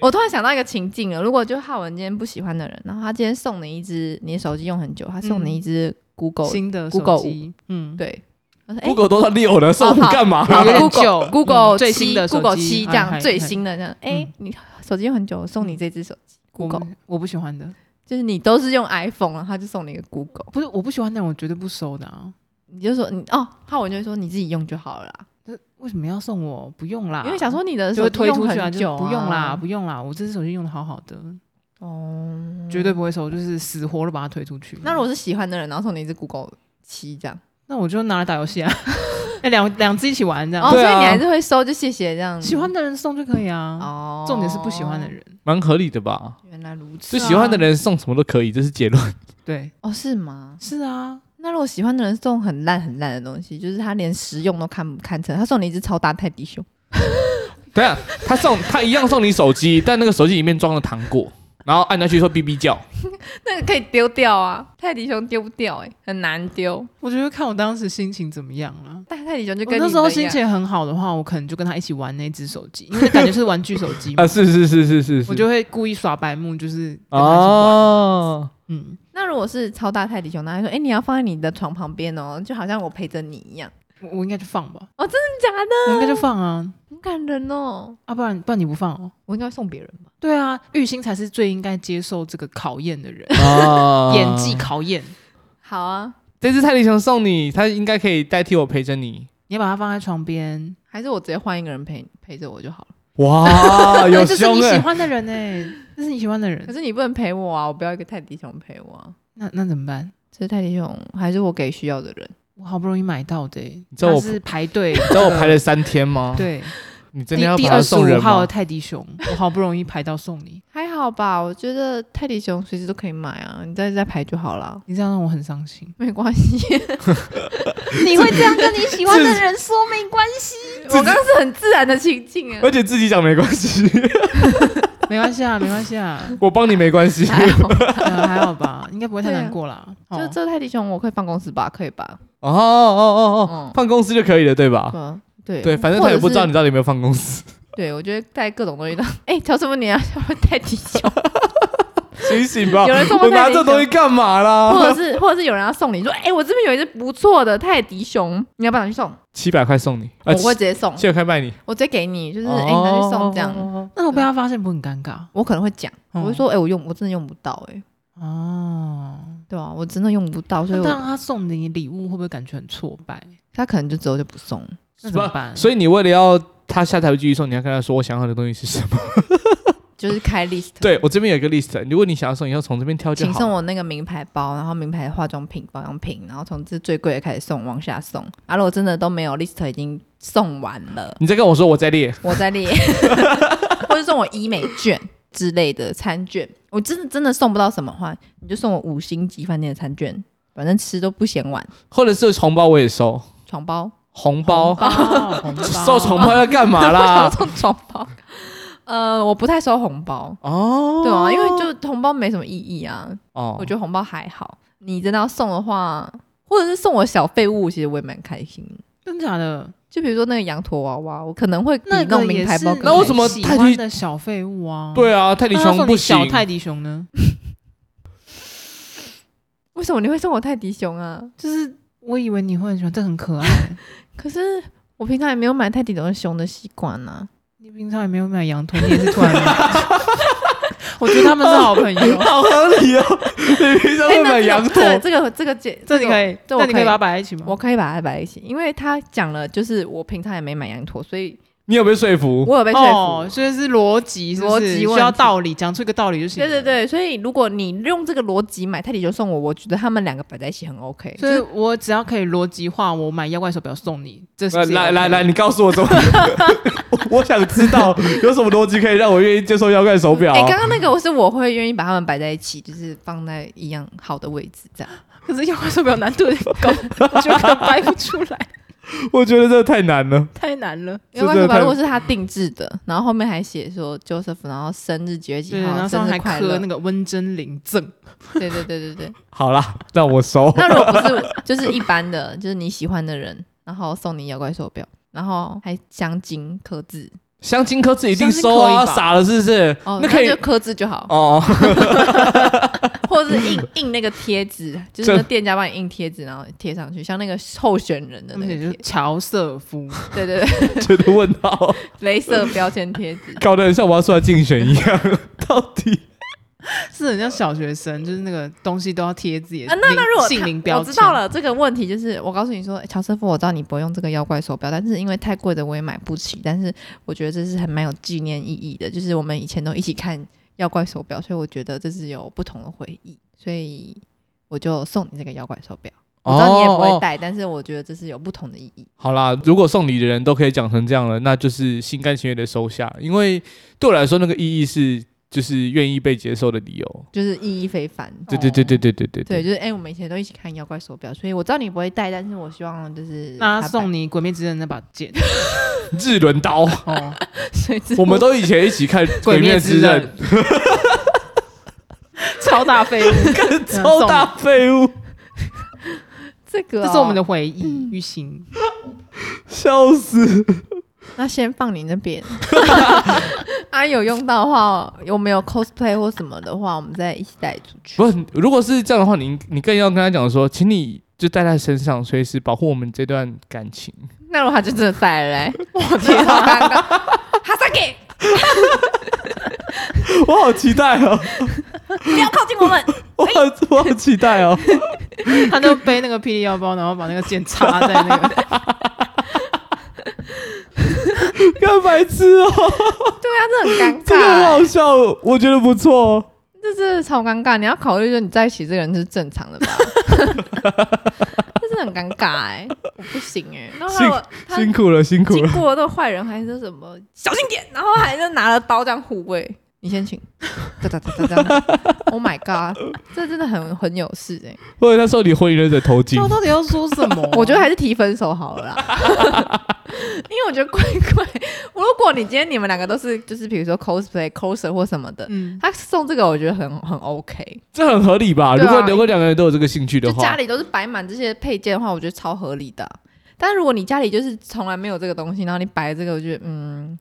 B: 我突然想到一个情境啊了，如果就浩文今天不喜欢的人，然后他今天送你一只，你的手机用很久，他送你一只 Google，、
C: 嗯新的手
B: Google
C: 机，嗯，
B: 对，我说哎
A: Google 都到六了，送我干嘛？
C: 有点旧
B: Google
C: 嗯
B: Google
C: 最新的手机
B: Google 七这
C: 嗨嗨
B: 样最新的这样，哎
C: 嗯，
B: 你手机用很久，我送你这只手机
C: 我
B: Google，
C: 不我不喜欢的，
B: 就是你都是用 iPhone，然后他啊就送你一个 Google，
C: 不是我不喜欢的人，我绝对不收的啊。
B: 你就说你哦，浩文就会说你自己用就好了啦，
C: 这为什么要送我？不用啦，
B: 因为想说你的
C: 啊就
B: 手
C: 会
B: 机
C: 推
B: 用
C: 出去啊，
B: 很
C: 就
B: 久、
C: 是不用啦，，不用啦，我这只手机用的好好的，
B: 哦，
C: 绝对不会收，就是死活都把它推出去。
B: 那如果是喜欢的人，然后送你一只 Google 七这样，
C: 那我就拿来打游戏啊， 哎，两两只一起玩这样
B: 哦，，所
A: 对
B: 以
A: 啊
B: 你还是会收，就谢谢这样。
C: 喜欢的人送就可以啊。
B: 哦，
C: 重点是不喜欢的。人，
A: 蛮合理的吧？
B: 原来如此
A: 就
B: 啊，
A: 喜欢的人送什么都可以，这是结 论。
C: 对，
B: 哦，是吗？
C: 是啊，
B: 那如果喜欢的人送很烂很烂的东西，就是他连实用都看不看成，他送你一只超大泰迪 熊，
A: 等一下啊他送他一样送你手机，但那个手机里面装了糖果，然后按下去会哔哔叫。
B: 那个可以丢掉啊，泰迪熊丢不掉
C: 欸
B: 哎、很难丢。
C: 我觉得看我当时心情怎么样啦、
B: 但泰迪熊就
C: 我
B: 跟
C: 那
B: 你
C: 时候
B: 的一
C: 心
B: 样
C: 情很好的话，我可能就跟他一起玩那只手机，因为感觉是玩具手机 嘛
A: 啊，，是是是是是是，
C: 我就会故意耍白目，就是跟他一起玩。
A: 哦，
C: 嗯，
B: 那如果是超大泰迪熊，他还说：“哎、你要放在你的床旁边哦，就好像我陪着你一样。哦
C: 我我应该就放吧，”
B: 真的假的？
C: 我应该就放啊，
B: 很感人哦！
C: 啊，不然不然你不放哦。
B: 我应该送别人吧？
C: 对啊，玉兴才是最应该接受这个考验的人，
A: 哦
C: 演技考验。
B: 好啊，
A: 这只泰迪熊送你，它应该可以代替我陪着你。
C: 你要把它放在床边，
B: 还是我直接换一个人陪陪着我就好了。
A: 哇，有
C: 哎这是
A: 胸
C: 你喜
A: 哎！
C: 欢的人哎、这是你喜欢的
B: 可
C: 人，
B: 是你不能陪我啊，我不要一个泰迪熊陪我啊。
C: 那那怎么办？
B: 这是泰迪熊，还是我给需要的人？
C: 我好不容易买到的、欸，
A: 知道我
C: 它是排队，
A: 你知道我排了三天吗？，
C: 对，
A: 你真的
C: 第
A: 要
C: 第
A: 把
C: 二
A: 它
C: 十
A: 送
C: 五
A: 人
C: 号的
A: 吗？
C: 泰迪熊，我好不容易排到送你，
B: 还好吧，我觉得泰迪熊随时都可以买啊，你再再排就好了，
C: 你这样让我很伤心。
B: 没关系。 你会这样跟你喜欢的人说没关 系？ 我刚刚是很自然的情境啊。
A: 而且自己讲没关 系，
C: 没关系啊，没关系啊，
A: 我帮你没关 系。
B: 还好，
C: 呃还好吧，应该不会太难过啦。
B: 啊就
C: 哦，
B: 这泰迪熊，我可以放公司吧？可以吧？
A: 哦哦哦哦，
B: 嗯，
A: 放公司就可以了，对吧？
B: 嗯，对
A: 对，反正他也不知道
B: 你。
A: 你到底有没有放公司。
B: 对，我觉得带各种东西到， 哎，乔师傅，你要不要带 地球？
A: 醒醒吧！
B: 有人送
A: 我
B: 过
A: 拿
B: 泰迪
A: 这
B: 熊
A: 东西干嘛
B: 或
A: 啦
B: 者？是，或者是有人要送你，说，哎，我这边有一只不错的泰迪熊，你要不要拿去送？
A: 七百块送你，
B: 我
A: 呃，
B: 会直接送，
A: 七百块卖你，
B: 我直接给你，就是，
A: 哦
B: 哎，你拿去送这样。
A: 哦嗯
C: 那
B: 啊
C: 我被他发现不会很尴尬
B: 我可能会讲，我会说，哎，我用，我真的用不到，哎，
C: 哦？
B: 对啊，我真的用不到，所以我
C: 那当然他送你礼物会不会感觉很挫败？
B: 他可能就之后就不送。
C: 那怎么办？
A: 所以你为了要他下台会继续送，你要跟他说我想要的东西是什么？
B: 就是开 list，
A: 对我这边有一个 list，如果你想要送，你要从这边挑就
B: 请送
A: 好。
B: 我那个名牌包，然后名牌化妆品、保养品，然后从这最贵的开始送，往下送。啊，如果真的都没有，list 已经送完了，
A: 你再跟我说，我再列。
B: 我 再列，或者送我医美券之类的餐券。我真的真的送不到什么话，你就送我五星级饭店的餐券，反正吃都不嫌晚。
A: 或者是红包我也收，
B: 床包，
A: 红包
C: 哦红包
A: 收红包要干嘛
B: 我
A: 啦？
B: 送床包。呃，我不太收红包，
A: 哦，
B: 对啊，因为就红包没什么意义啊。
A: 哦，
B: 我觉得红包还好。你真的要送的话，或者是送我小废物，其实我也蛮开心的。
C: 真假的？
B: 就比如说那个羊驼娃娃，我可能会比
C: 那
B: 弄
C: 个
B: 名
C: 也
B: 牌
C: 是
B: 包更
A: 那为什
B: 开
A: 么
C: 喜
A: 泰迪
C: 欢的小废物啊？
A: 对啊，泰迪
C: 那他
A: 熊
C: 送
A: 不
C: 你
A: 行
C: 小，泰迪熊呢？
B: 心为什么你会送我泰迪熊啊？
C: 就是我以为你会很喜欢，这很可爱。
B: 可是我平常也没有买泰迪熊的习惯 啊。
C: 你平常也没有买羊驼，你也是突然买。 我觉得他们是好朋友，
A: 好合理哦。你平常
B: 哎
A: 会
B: 那
A: 买
B: 这个
A: 羊
B: 这个
A: 驼，
B: 这个这个姐，
C: 这你可以，
B: 这
C: 这
B: 我
C: 你
B: 可
C: 可
B: 以
C: 以把它摆在一起吗？
B: 我可以把它摆在一起，因为他讲了，就是我平常也没买羊驼，所以
A: 你有被说服？
B: 我有被说服。
C: 哦，所以是逻辑，是不
B: 逻
C: 是
B: 辑问
C: 需要
B: 题
C: 道理，讲出一个道理就行。
B: 对对。对，所以如果你用这个逻辑买泰迪熊送我，我觉得他们两个摆在一起很 OK。
C: 所以我只要可以逻辑化，我买妖怪手表送你，这是
A: 来
C: 不是也
A: 来
C: OK
A: 来来，，你告诉我怎么？ 我想知道有什么逻辑可以让我愿意接受妖怪手表
B: 哎、？刚刚那个我是我会愿意把它们摆在一起，就是放在一样好的位置， 这样。
C: 可是妖怪手表难度有点高，就可能掰不出来，
A: 我觉得这太难了。
C: 太难了。
A: 这
B: 因为
A: 真的
B: 手表
A: 太
B: 如果是他定制的，然后后面还写说 Joseph，然后生日几月
C: 对，
B: 几
C: 然
B: 号，
C: 后上
B: 生
C: 面
B: 日
C: 还
B: 快
C: 刻
B: 乐
C: 那。个温真菱赠，
B: 对对对对对。
A: 好啦，让我 收。
B: 那如果不是就是一般的，就是你喜欢的人，然后送你妖怪手表，然后还镶金刻字，
A: 镶金颗痣一定
C: 镶金
A: 收啊，
C: 可以吧
A: 傻了是不是？
B: 哦，
A: 那可以
B: 就刻字就好，
A: 哦，
B: 或者是印印那个贴纸，就是
A: 这
B: 那店家帮你印贴纸，然后贴上去，像那个候选人的
C: 那
B: 那个
C: 个就是
B: 贴，
C: 乔瑟夫，
B: 对对对，
A: 觉得问号，
B: 镭射标签贴纸。
A: 搞得很像我要出来竞选一样。到底
C: 是很像小学生，就是那个东西都要贴自己的
B: 啊，那那如果
C: 姓名
B: 他
C: 标
B: 我
C: 签，
B: 知道了这个问题，就是我告诉你说，哎诶乔师傅，我知道你不用这个妖怪手表，但是因为太贵的我也买不起，但是我觉得这是很蛮有纪念意义的，就是我们以前都一起看妖怪手表，所以我觉得这是有不同的回忆，所以我就送你这个妖怪手表。我知道你也不
C: 哦
B: 会戴，但是我觉得这是有不同的意义。
A: 哦好啦，如果送礼的人都可以讲成这样了，那就是心甘情愿的收下，因为对我来说那个意义是就是愿意被接受的理由。
B: 就是意义非凡。哦
A: 对对对对对对对
B: 对，就是哎、我们以前都一起看妖怪手表，所以我知道你不会戴，但是我希望就是
C: 那
B: 他
C: 他
B: 戴
C: 送你《鬼灭之刃》那把 剑
A: 日轮刀，
C: 哦，
B: 所以这
A: 我们都以前一起看 《鬼
C: 鬼灭
A: 灭
C: 之
A: 之刃
C: 刃》， 超大 嗯废物，
B: 嗯
A: 超大废物，
B: 这个、
C: 这是我们的。回
B: 嗯
C: 忆。玉兴，
A: 笑死！
B: 那先放你那 边， 啊，有用到的话，有没有 cosplay 或什么的话，我们再一起带出去。
A: 不是，如果是这样的话，你你更要跟他讲说，请你就带在身上，随时保护我们这段感情。
B: 那如果他就真的带了、嘞，我 天，啊好尴
A: 啊
B: 尬。哈萨给，
A: 我好期待 哦，
B: 哎不要靠近我们。
A: 我好我好期待 哦。
C: 他就背那个霹雳腰包，然后把那个剑插在 那个，
A: 看白痴哦，
B: 对啊，这很尴
A: 这个很
B: 尬、
A: 好笑，我觉得不错哦。
B: 这真的超尴尬。你要考虑，就是你在一起这个人是正常 的吧？这是很尴尬哎、我不行哎、然后还有他
A: 辛苦了，辛苦
B: 经
A: 了。
B: 过那个坏人还是什么小心点，然后还是拿了刀这样护卫。你 先请，哒哒哒哒哒。Oh my god，这真的很很有事哎、
A: 或者他送你婚姻忍者头巾
C: 我，到底要说什 么？
B: 我觉得还是提分手好了啦， 因为我觉得怪怪。如果你今天你们两个都是就是比如说 cosplay coser 或什么的，
C: 嗯，
B: 他送这个我觉得很很 OK。
A: 这很合理吧？
B: 对
A: 如
B: 啊
A: 果如果两个人都有这个兴趣
B: 就
A: 的
B: 家
A: 话，
B: 里都是摆满这些配件的话，我觉得超合理的啊、但如果你家里就是从来没有这个东西，然后你摆这个，我觉得嗯，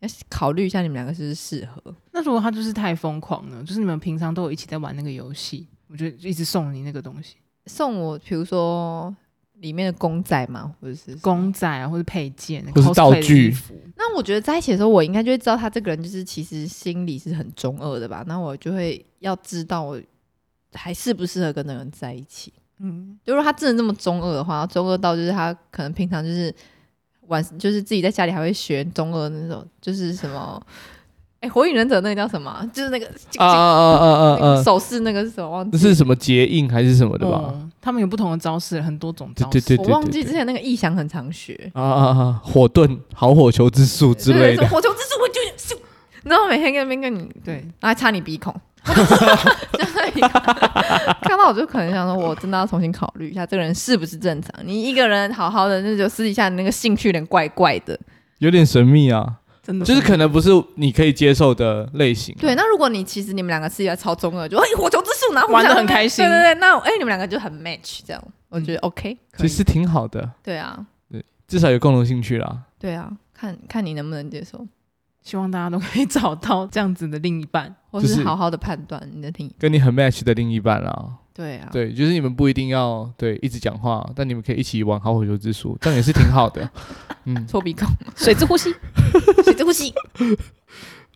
B: 要考虑一下你们两个是不是适合。
C: 那如果他就是太疯狂了，就是你们平常都有一起在玩那个游戏，我就一直送你那个东西，
B: 送我，比如说里面的公仔嘛，或者是
C: 公仔啊，或者配件，
A: 或是道具
C: cosplay 的衣服
B: 那我觉得在一起的时候，我应该就会知道他这个人就是其实心里是很中二的吧。那我就会要知道我还适不适合跟那个人在一起。
C: 嗯，
B: 就如果他真的那么中二的话，中二到就是他可能平常就是晚就是自己在家里还会学中二那种，就是什么，哎、火影忍者那个叫什么啊？就是那个
A: 啊啊啊啊啊
B: 那个
A: 啊！
B: 手势那个是什么？忘
A: 这
B: 记
A: 是什么结印还是什么的
B: 嗯
A: 吧？
C: 哦他们有不同的招式，很多种招
A: 对
C: 式。
A: 对对对
B: 我忘
A: 对
B: 记
A: 对
B: 之前那个异想很常学
A: 啊啊啊！火遁、好火球之术之类
B: 对
A: 的，
B: 火球之术，我就咻，然后每天跟那边跟你
C: 对
B: 然后还插你鼻孔，就插你鼻孔看到我就可能想说，我真的要重新考虑一下，这个人是不是正常？你一个人好好的，那就私底下你那个兴趣有点怪怪的。
A: 有点神秘啊，
C: 真的
A: 就是可能不是你可以接受的类型。
B: 对，那如果你其实你们两个私底下超中二，就哎火球之术，然后互
C: 玩得
B: 相在那边
C: 很开心
B: 对对对，那哎、你们两个就很 match 这样，我觉得 OK，、
A: 其实挺好的，
B: 对啊，
A: 至少有共同兴趣啦。
B: 对啊，看看你能不能接受，
C: 希望大家都可以找到这样子的另一半。
B: 或
A: 就是
B: 是好好的判断你的听，
A: 跟你很 match 的另一半啦，
B: 对啊，
A: 对，就是你们不一定要对一直讲话，但你们可以一起玩好火球之术，这样也是挺好的。嗯，
B: 搓鼻孔，
C: 水之呼吸，
B: 水之呼吸，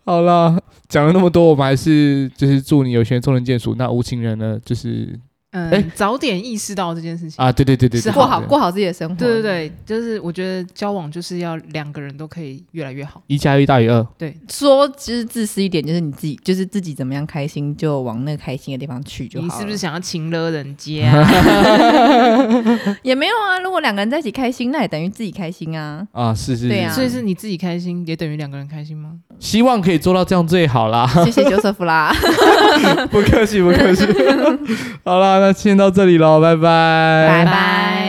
A: 好啦，讲了那么多，我们还是就是祝你有缘终成眷属。那无情人呢，就是
C: 嗯，
A: 哎
C: 早点意识到这件事情。
A: 啊，对对对对，
C: 是
A: 对
B: 过好
A: 对
B: 过好自己的生活，
C: 对对对，就是我觉得交往就是要两个人都可以越来越好。
A: 一加一大于二，
C: 对，
B: 说就是自私一点，就是你自己，就是自己怎么样开心，就往那个开心的地方去就好
C: 你
B: 了。
C: 是不是想要情勒人啊 家？
B: 也没有啊？如果两个人在一起开心，那也等于自己开心啊。
A: 啊，是是
B: 对
A: 是
B: 啊，
C: 所以是你自己开心，也等于两个人开心吗？
A: 希望可以做到这样最好啦。
B: 谢谢 Joseph 啦，
A: 不客气，不客气。好啦，那先到这里喽，拜拜。
B: 拜拜。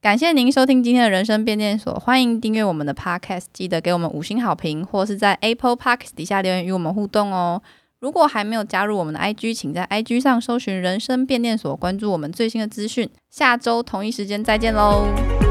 B: 感谢您收听今天的人生变电所，欢迎订阅我们的 Podcast，记得给我们五星好评，或是在 Apple Podcast 底下留言与我们互动哦。如果还没有加入我们的 IG，请在 IG 上搜寻“人生变电所”，关注我们最新的资讯。下周同一时间再见喽！